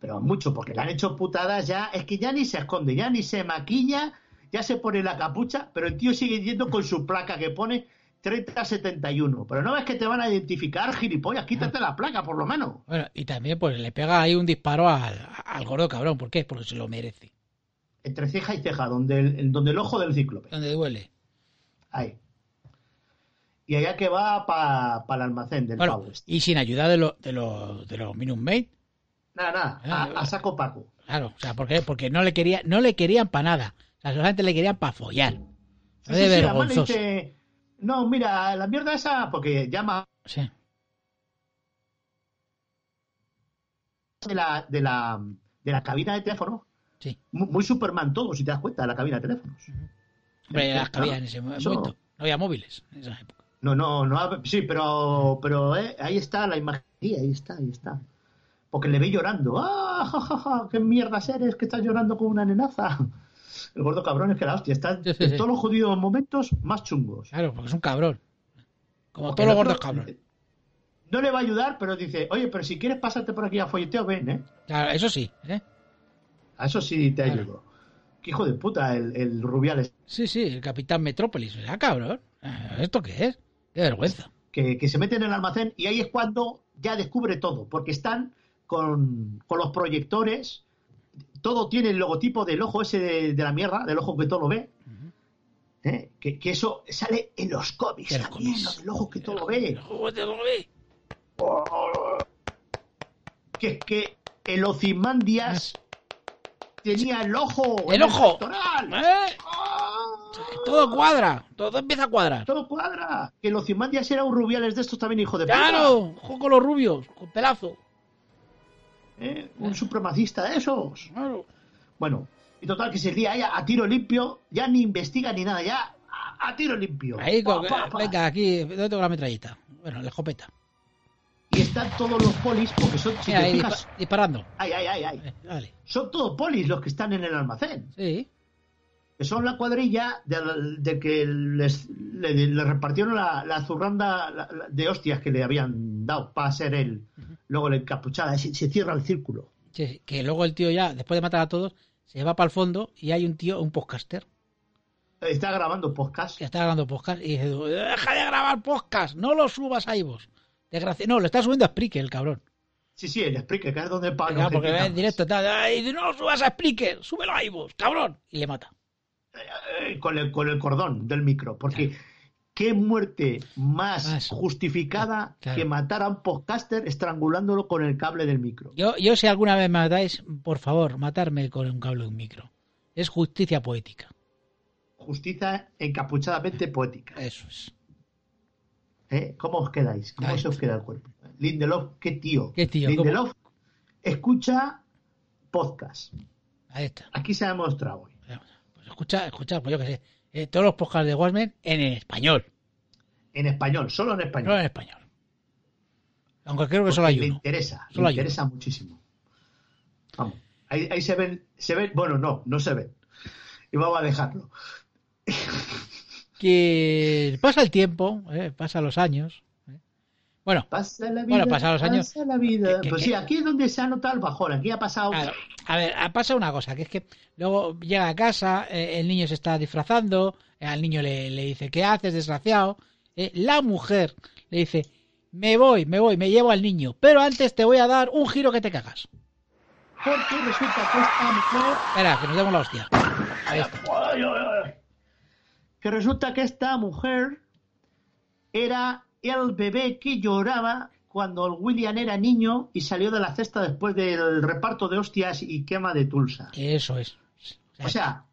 pero mucho, porque le han hecho putadas ya, es que ya ni se esconde, ya ni se maquilla, ya se pone la capucha, pero el tío sigue yendo con su placa que pone 3071. Pero no ves que te van a identificar, gilipollas, quítate la placa por lo menos.
Bueno, y también pues le pega ahí un disparo al, al gordo cabrón. ¿Por qué? Porque se lo merece.
Entre ceja y ceja, donde el, donde el ojo del cíclope.
Donde duele.
Ahí. Y allá que va para el almacén del
Bueno,
pavo este.
y sin ayuda de, los de, los de los Minute Maid,
Nada, nada, a, a saco Paco.
Claro, o sea, ¿por qué? porque no le quería, no le querían para nada. O sea, solamente le querían para follar.
Sí,
Fue de
sí, sí, además le
vergonzoso.
dice, no, mira, la mierda esa, porque llama
Sí.
de la, de la, de la cabina de teléfono.
Sí.
Mu- Muy Superman todo, si te das cuenta, la cabina de teléfonos.
Hombre,
Eh,
las que
claro,
había en ese momento.
eso-
No había móviles en esa época.
No, no, no. ha- Sí, pero, pero eh, ahí está la imagen. Sí, ahí está, ahí está. Porque le ve llorando. ¡Ah, ja, ja, ja! ¡Qué mierda eres que estás llorando con una nenaza! El gordo cabrón es que la hostia. Está
Sí, sí, sí.
en todos los jodidos momentos más chungos.
Claro, porque es un cabrón. Como
Porque
todos los
el
gordos
otro,
cabrón.
eh, No le va a ayudar, pero dice, oye, pero si quieres pasarte por aquí a folleteo, ven, ¿eh?
Claro, eso sí, ¿eh?
A eso sí te
Claro.
ayudo. Qué hijo de puta el, el Rubiales.
Sí, sí, el capitán Metrópolis. Ah, cabrón. Ah, ¿Esto qué es? Qué vergüenza.
que, que se meten en el almacén y ahí es cuando ya descubre todo, porque están con, con los proyectores, todo tiene el logotipo del ojo ese de, de la mierda, del ojo que todo lo ve, ¿eh? que, que eso sale en los cómics,
En los
también,
cómics.
lo del ojo que todo lo ve, que es que el Ozymandias tenía el ojo,
¡El
en
ojo!
pectoral.
¿Eh?
¡Ah!
Todo cuadra, todo empieza a cuadrar.
Todo cuadra, que el Ozymandias era un Rubiales de estos también, hijo de puta.
Claro, ojo con los rubios, con pelazo.
¿eh? un supremacista de esos.
Claro.
Bueno, y total que se lía ahí a, a tiro limpio, ya ni investiga ni nada, ya a, a tiro limpio.
Ahí,
Pa,
con-
pa, pa.
venga, aquí, ¿dónde tengo la metralleta? Bueno, la escopeta.
Y están todos los polis, porque son, si
Mira,
te
ahí,
fijas,
dispa- disparando.
ay, ay, ay, ay,
Eh, dale.
son todos polis los que están en el almacén,
Sí,
que son la cuadrilla de, de que les, le, le repartieron la, la zurranda la- la- de hostias que le habían dado para ser el, luego la encapuchada, se, se cierra el círculo.
sí, sí, que luego el tío ya, después de matar a todos, se va para el fondo y hay un tío, un podcaster,
Está grabando podcast.
que está grabando podcast y dice, deja de grabar podcast, no lo subas a iVoox. Desgraci- No, lo está subiendo a Spreaker, el cabrón.
Sí, sí, el explique, Ah, que es donde pagan
Claro, porque
gente
ve
tan-
en directo, tal, tal, y dice, no lo subas a Spreaker, súbelo a iVoox, cabrón. Y le mata.
eh, con el, con el cordón del micro, porque qué muerte más,
Más.
justificada
Claro.
que matar a un podcaster estrangulándolo con el cable del micro.
Yo, yo si alguna vez me matáis, por favor, matarme con un cable de un micro. Es justicia poética.
Justicia encapuchadamente poética.
Eso es.
¿eh? ¿Cómo os quedáis? ¿Cómo
Ahí.
se os queda el cuerpo? Lindelof, qué tío.
Qué tío,
Lindelof escucha podcast.
Ahí está.
Aquí se ha demostrado hoy.
Pues escucha, escucha, pues yo qué sé. eh, todos los podcasts de Watchmen en español,
En español, solo en español.
no en español. Aunque creo que
Porque
solo hay
le
uno.
interesa,
Solo
le
hay
interesa muchísimo. Vamos, ahí, ahí se ven, se ven, bueno, no, no se ven. Y vamos a dejarlo.
Que pasa el tiempo, eh, pasa los años. eh. Bueno,
Pasa la vida.
Bueno, pasan los años.
Pasa la vida.
Que- que-
pues
que-
sí, aquí es donde se ha notado el bajón. Aquí ha pasado.
Claro. A ver, ha- pasa una cosa, que es que luego llega a casa, eh, el niño se está disfrazando, eh, al niño le, le dice, ¿qué haces, desgraciado? Eh, la mujer le dice, me voy, me voy, me llevo al niño, pero antes te voy a dar un giro que te cagas.
Porque resulta que esta mujer.
Espera, que nos demos la hostia. Ahí está.
Ay, ay, ay. Que resulta que esta mujer era el bebé que lloraba cuando el William era niño y salió de la cesta después del reparto de hostias y quema de Tulsa.
Eso es.
O sea,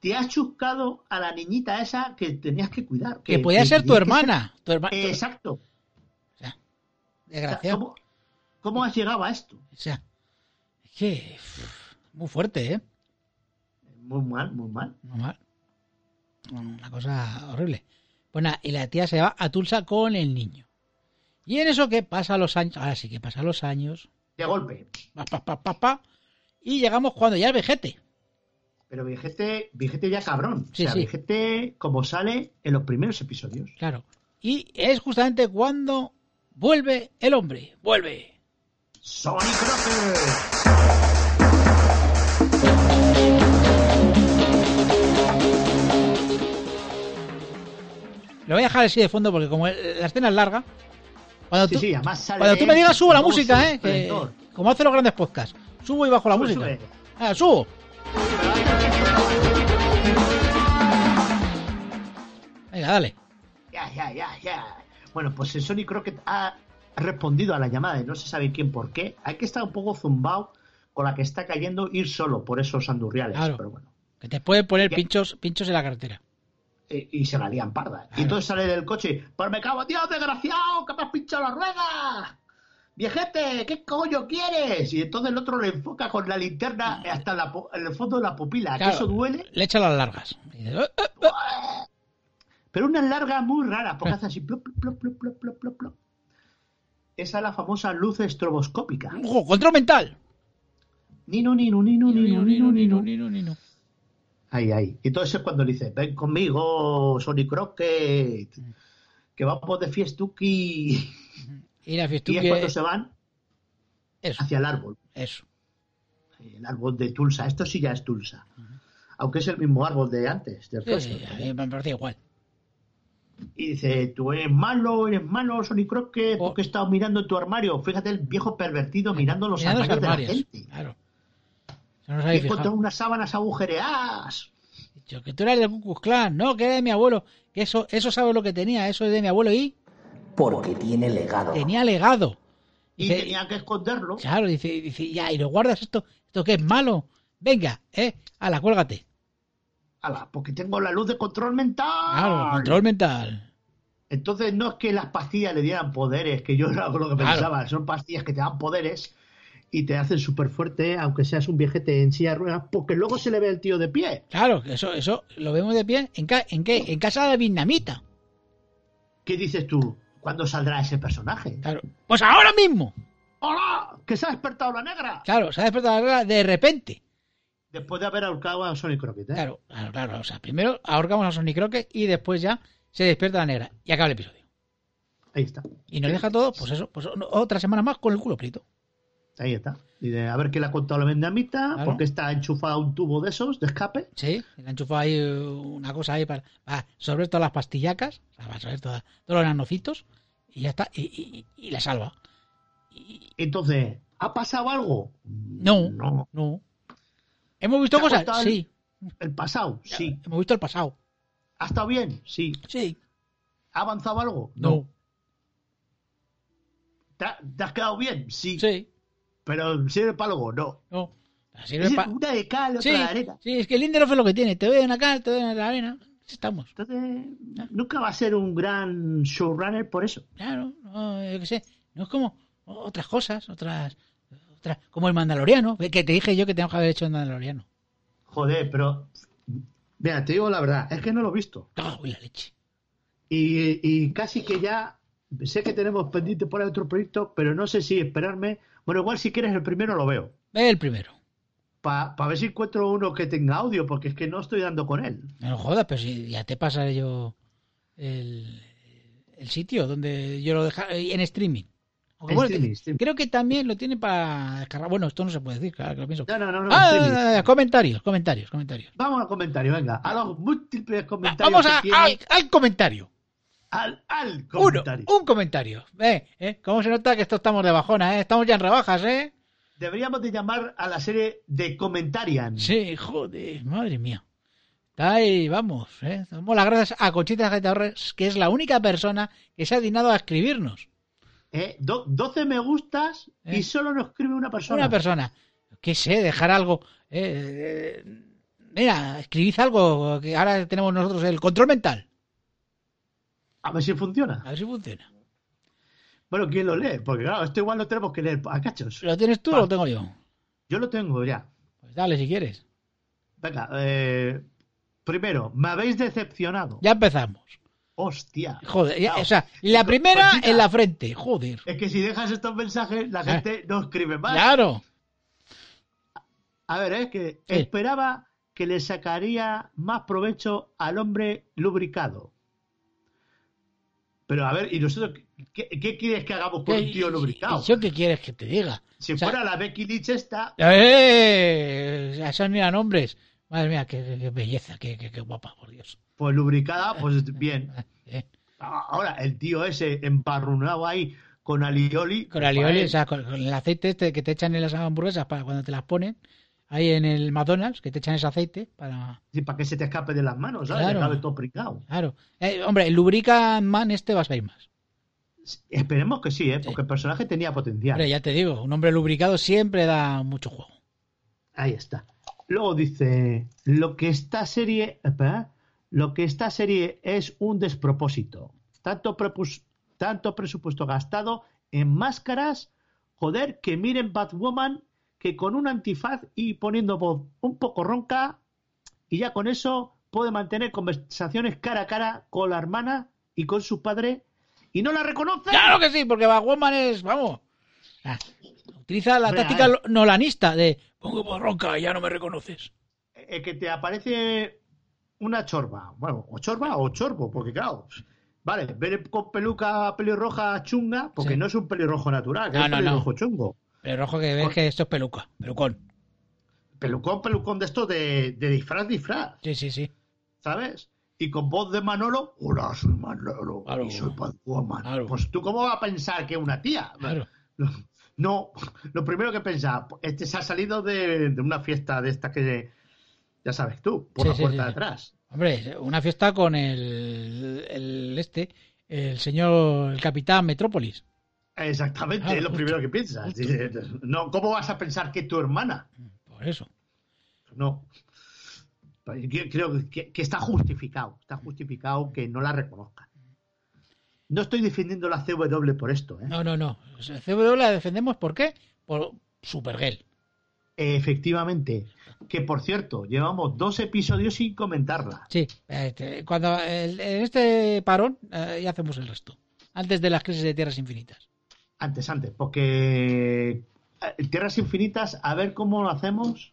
te has chuscado a la niñita esa que tenías que cuidar.
que podía ser tu
tenías que
hermana, tu hermana,
Eh, Exacto. O sea,
desgraciado.
¿Cómo, ¿Cómo has llegado a esto?
O sea, es que uff, muy fuerte, ¿eh?
Muy mal, muy mal.
No mal. Una cosa horrible. Pues nada, y la tía se va a Tulsa con el niño. Y en eso que pasa los años, ahora sí que pasa los años,
De golpe.
pa, pa, pa, pa, pa, y llegamos cuando ya es vejete.
Pero Vigete, Vigete ya cabrón.
Sí,
o sea,
sí.
Vigete como sale en los primeros episodios.
Claro. Y es justamente cuando vuelve el hombre. Vuelve.
Sony Crocker.
Lo voy a dejar así de fondo porque como la escena es larga, cuando
Sí,
tú,
sí, además sale.
cuando tú
él,
me digas subo la
como su
música, ¿eh? Que-
esplendor.
como hacen los grandes podcasts. Subo y bajo la
Sube,
música.
sube.
Ah, subo. Venga, dale.
Ya, ya, ya, ya. Bueno, pues el Sony Crockett ha respondido a la llamada y no se sabe quién por qué. Hay que estar un poco zumbado con la que está cayendo ir solo por esos andurriales.
Claro.
Pero bueno.
Que te pueden poner
Ya.
pinchos, pinchos en la carretera.
Eh, y se la lían parda. Y entonces sale del coche, pues me cago, tío, desgraciado, que me has pinchado la rueda. viejete, ¿qué coño quieres? Y entonces el otro le enfoca con la linterna hasta la po- en el fondo de la pupila,
Claro.
que eso duele,
Le echa las largas. Y dice, "Eh, eh".
pero una larga muy rara, porque hace así, plop, plop, plop, plop, plop, plop, plop. Esa es la famosa luz estroboscópica.
¡Ojo, control mental!
Nino, nino, nino, nino, nino, nino.
nino, nino.
Ahí, ahí. Y entonces es cuando le dice, ven conmigo, Sonic Rocket, que vamos de fiestuki.
Y la
Y es
fiestuque-
cuando se van
Eso,
hacia el árbol,
eso.
el árbol de Tulsa. Esto sí ya es Tulsa. Aunque es el mismo árbol de antes, del
Sí, eh.
resto. ¿eh?
a mí me parece igual.
Y dice, tú eres malo, eres malo, Sonic Rocket,
Oh.
porque he estado mirando en tu armario. Fíjate el viejo pervertido mirando los
Mirad los
armarios,
armarios.
de la gente.
Claro. Eso no os
Y he
habéis
encontrado
fijado.
unas sábanas agujereadas.
Dicho, que tú eras del Cucus Clan, no, que era de mi abuelo. Que eso, eso sabe lo que tenía, eso es de mi abuelo y
Porque tiene legado.
tenía legado.
Y
Dice-
tenía que esconderlo.
Claro, dice, dice, ya, y lo guardas esto, esto que es malo. Venga, eh, ala, cuélgate.
Ala, porque tengo la luz de control mental.
Claro, control mental.
Entonces no es que las pastillas le dieran poderes, que yo era lo que
Claro.
pensaba, son pastillas que te dan poderes y te hacen súper fuerte, aunque seas un viejete en silla de ruedas, porque luego se le ve el tío de pie,
Claro, que eso, eso lo vemos de pie. ¿En, ca- en qué? En casa de la vietnamita.
¿Qué dices tú? ¿Cuándo saldrá ese personaje?
Claro. Pues ahora mismo.
¡Hola! ¡Que se ha despertado la negra!
Claro, se ha despertado la regla de repente.
Después de haber ahorcado a Sonic Crockett, ¿eh?
Claro, claro, claro. O sea, primero ahorcamos a Sonic Rocket y después ya se despierta la negra. Y acaba el episodio.
Ahí está,
Y nos deja todo, pues eso, pues o- otra semana más con el culo prieto.
ahí está. Y de, a ver qué le ha contado la vendamita,
Claro.
porque está enchufado un tubo de esos, de escape.
Sí, le han enchufado ahí eh, una cosa ahí para, para sobre todas las pastillacas, o sea, para sobre todas- todos los nanocitos, y ya está, y, y- y- y la salva.
Entonces, ¿ha pasado algo?
No.
No.
No. ¿Hemos visto
¿Te ha
cosas?
gustado el-
Sí.
¿El pasado? Sí.
Hemos visto el pasado.
¿Ha estado bien? Sí.
Sí.
¿Ha avanzado algo?
No.
¿Te, ha- te has quedado bien? Sí.
Sí.
Pero sirve para algo, no.
No. Sirve
Es
pa-
una de cal, otra
Sí,
de arena.
sí, es que Lindelof es lo que tiene. Te ven acá, te ven en la arena. Así Estamos.
Entonces, nunca va a ser un gran showrunner por eso.
Claro, no, yo qué sé. No es como otras cosas, otras. otras como el Mandaloriano, que te dije yo que tengo que haber hecho el Mandaloriano.
Joder, pero. Mira, te digo la verdad, es que no lo he visto.
¡Cago en Ah, la leche!
Y, y casi que ya. Sé que tenemos pendiente por ahí otro proyecto, pero no sé si esperarme. Bueno, igual si quieres el primero lo veo.
Ve el primero.
Para ver si encuentro uno que tenga audio, porque es que no estoy dando con él.
No jodas, pero si ya te pasaré yo el, el sitio donde yo lo deja eh, en streaming. Aunque
En
bueno,
streaming,
te-
streaming.
Creo que también lo tiene para descargar. Bueno, esto no se puede decir, claro que lo pienso.
No, no, no, no.
Ah,
streaming.
comentarios, comentarios, comentarios.
Vamos al comentario, venga. A los múltiples comentarios.
Vamos a-
que tiene-
al, al comentario.
al, al
Uno,
comentario.
un comentario. Eh, eh, ¿Cómo se nota que esto estamos de bajona? Eh? Estamos ya en rebajas, ¿eh?
Deberíamos de llamar a la serie de Comentarian.
Sí, joder, madre mía. Está ahí, vamos, ¿eh? Damos las gracias a Conchita Zeta Torres, que es la única persona que se ha dignado a escribirnos.
Eh, do- 12 me gustas
Eh.
y solo nos escribe una persona.
Una persona. ¿Qué sé? Dejar algo. eh, eh, mira, escribid algo, que ahora tenemos nosotros el control mental.
a ver si funciona.
A ver si funciona.
Bueno, ¿quién lo lee? Porque claro, esto igual lo tenemos que leer a cachos.
¿Lo tienes tú o lo tengo yo?
Yo lo tengo ya.
Pues dale si quieres.
Venga, eh, primero, me habéis decepcionado.
Ya empezamos.
Hostia.
Joder, ya,
Claro.
o sea, la
Con-
primera
Conchita.
en la frente. Joder.
Es que si dejas estos mensajes, la
Claro.
gente no escribe más.
Claro.
A ver, es que
Sí.
esperaba que le sacaría más provecho al hombre lubricado. Pero a ver, ¿y nosotros qué, qué quieres que hagamos con un tío lubricado?
¿Y yo qué quieres que te diga?
si
o sea-
fuera la Becky Lynch esta,
¡Eh! Esos ni eran nombres. Madre mía, qué, qué- qué belleza, qué, qué- qué guapa, por Dios.
pues lubricada, pues bien.
Eh,
A- Ahora, el tío ese emparrunado ahí con alioli. pues,
Con la lioli, o sea, con, con el aceite este que te echan en las hamburguesas para cuando te las ponen, ahí en el McDonald's, que te echan ese aceite para...
para que se te escape de las manos, ¿sabes?
Claro.
Te acabe todo pringado.
Claro. Eh, hombre, el lubrica man este vas a ir más.
Esperemos que sí, ¿eh? Porque el personaje tenía potencial.
Hombre, ya te digo, un hombre lubricado siempre da mucho juego.
Ahí está. Luego dice, lo que esta serie, espera, lo que esta serie es un despropósito. Tanto, prepus- tanto presupuesto gastado en máscaras Joder, que miren Batwoman, que con un antifaz y poniendo voz un poco ronca, y ya con eso puede mantener conversaciones cara a cara con la hermana y con su padre, y no la reconoce.
Claro que sí, porque Batwoman es, vamos. ah, utiliza la
Hombre,
táctica
a ver.
lo- nolanista de pongo por ronca y ya no me reconoces.
eh, que te aparece una chorba, bueno, o chorba o chorbo, porque claro, vale, ver con peluca pelirroja chunga, porque
Sí.
no es un pelirrojo natural, que
No,
es
no,
un
no.
pelirrojo chungo.
Pero rojo que ves
Por-
que esto es peluca, pelucón.
Pelucón, pelucón de esto de, de disfraz, disfraz,
Sí, sí, sí.
¿sabes? Y con voz de Manolo, hola, soy Manolo,
Claro.
y soy Batwoman.
Claro.
Pues tú, ¿cómo vas a pensar que es una tía?
Claro.
No, lo primero que pensaba, este se ha salido de, de una fiesta de estas que, ya sabes tú, por
Sí,
la
sí,
puerta
sí,
de
sí.
atrás.
Hombre, una fiesta con el, el este, el señor, el capitán Metrópolis.
Exactamente,
Claro,
es lo
justo,
primero que piensas.
justo.
Dices, No, ¿cómo vas a pensar que es tu hermana?
Por eso.
No. Yo creo que, que está justificado. Está justificado que no la reconozcan. No estoy defendiendo la CW por esto, ¿eh?
No, no, no. CW la defendemos ¿por qué? Por Supergirl.
Efectivamente. Que por cierto, llevamos dos episodios sin comentarla.
Sí, este, cuando el- en este parón eh, ya hacemos el resto. Antes de las crisis de tierras infinitas.
Antes, antes, porque eh, Tierras Infinitas, a ver cómo lo hacemos,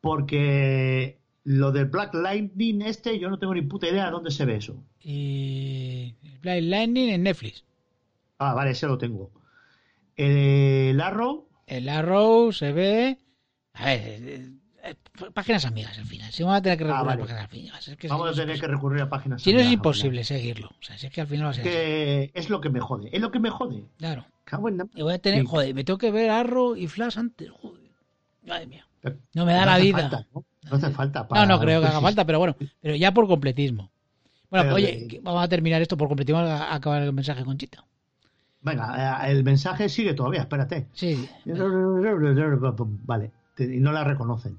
porque lo del Black Lightning este, yo no tengo ni puta idea de dónde se ve eso.
Y Blind Lightning en Netflix.
Ah, vale, ese lo tengo. El Arrow,
El Arrow se ve. A ver, eh, eh, páginas amigas al final. Si vamos a tener que
Ah,
recurrir
vale.
a páginas amigas. Es que si no
vamos a
es
tener que
imposible.
recurrir a páginas.
Si no es
amigas,
imposible seguirlo. O sea, si es que al final va a ser.
hombre. Que es lo que me jode, es lo que me jode.
así. Claro.
Cago en la-
Y voy a tener.
Sí.
Joder, me tengo que ver Arrow y Flash antes. Joder. Madre mía.
Pero
No me da
no
la
hace
vida.
falta, ¿no? No hace falta.
No,
para-
no creo que haga falta, pero bueno, pero ya por completismo. Bueno,
Pero,
pues,
eh,
oye, que vamos a terminar esto por completismo, a a acabar el mensaje con Chita.
Venga, eh, el mensaje sigue todavía, espérate.
Sí,
Vale, te- y no la reconocen.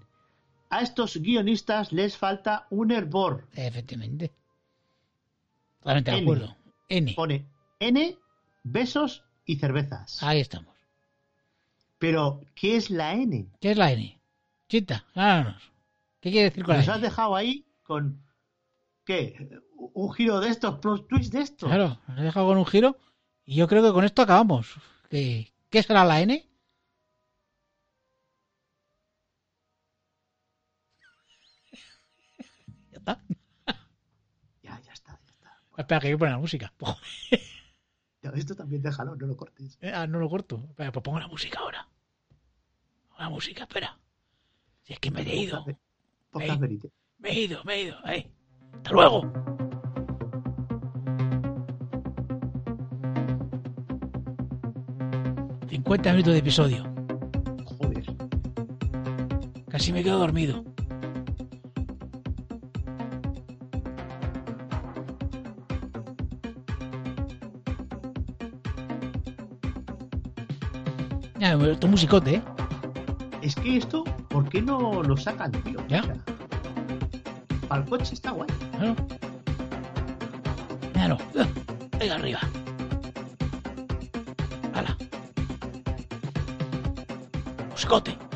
A estos guionistas les falta un hervor.
efectivamente. Totalmente de
N.
acuerdo. N.
Pone N, besos y cervezas.
Ahí estamos.
Pero, ¿qué es la N?
¿Qué es la N? Chita, gananos. ¿Qué quiere decir con la
Nos has
N?
dejado ahí con. ¿Qué? ¿Un giro de estos? ¿Plot twist de estos?
Claro, nos ha dejado con un giro y yo creo que con esto acabamos. ¿Qué, qué será la N? ya está.
Ya, ya está, ya está.
Espera, que hay que poner la música.
Ya, Esto también déjalo, no lo cortes.
Eh, Ah, no lo corto. Espera, pues pongo la música ahora. La música, espera. Si es que me he ido.
Podcast
Ey.
verite.
Me he ido, me he ido. Ahí. Hasta luego. ...50 minutos de episodio.
Joder.
Casi me quedo dormido. Ya, me he vuelto musicote, ¿eh?
Es que esto, ¿por qué no lo sacan, tío?
Ya.
para el coche está guay.
Claro. Míralo. ¡Ah! Ahí arriba. ¡Hala! ¡Musicote!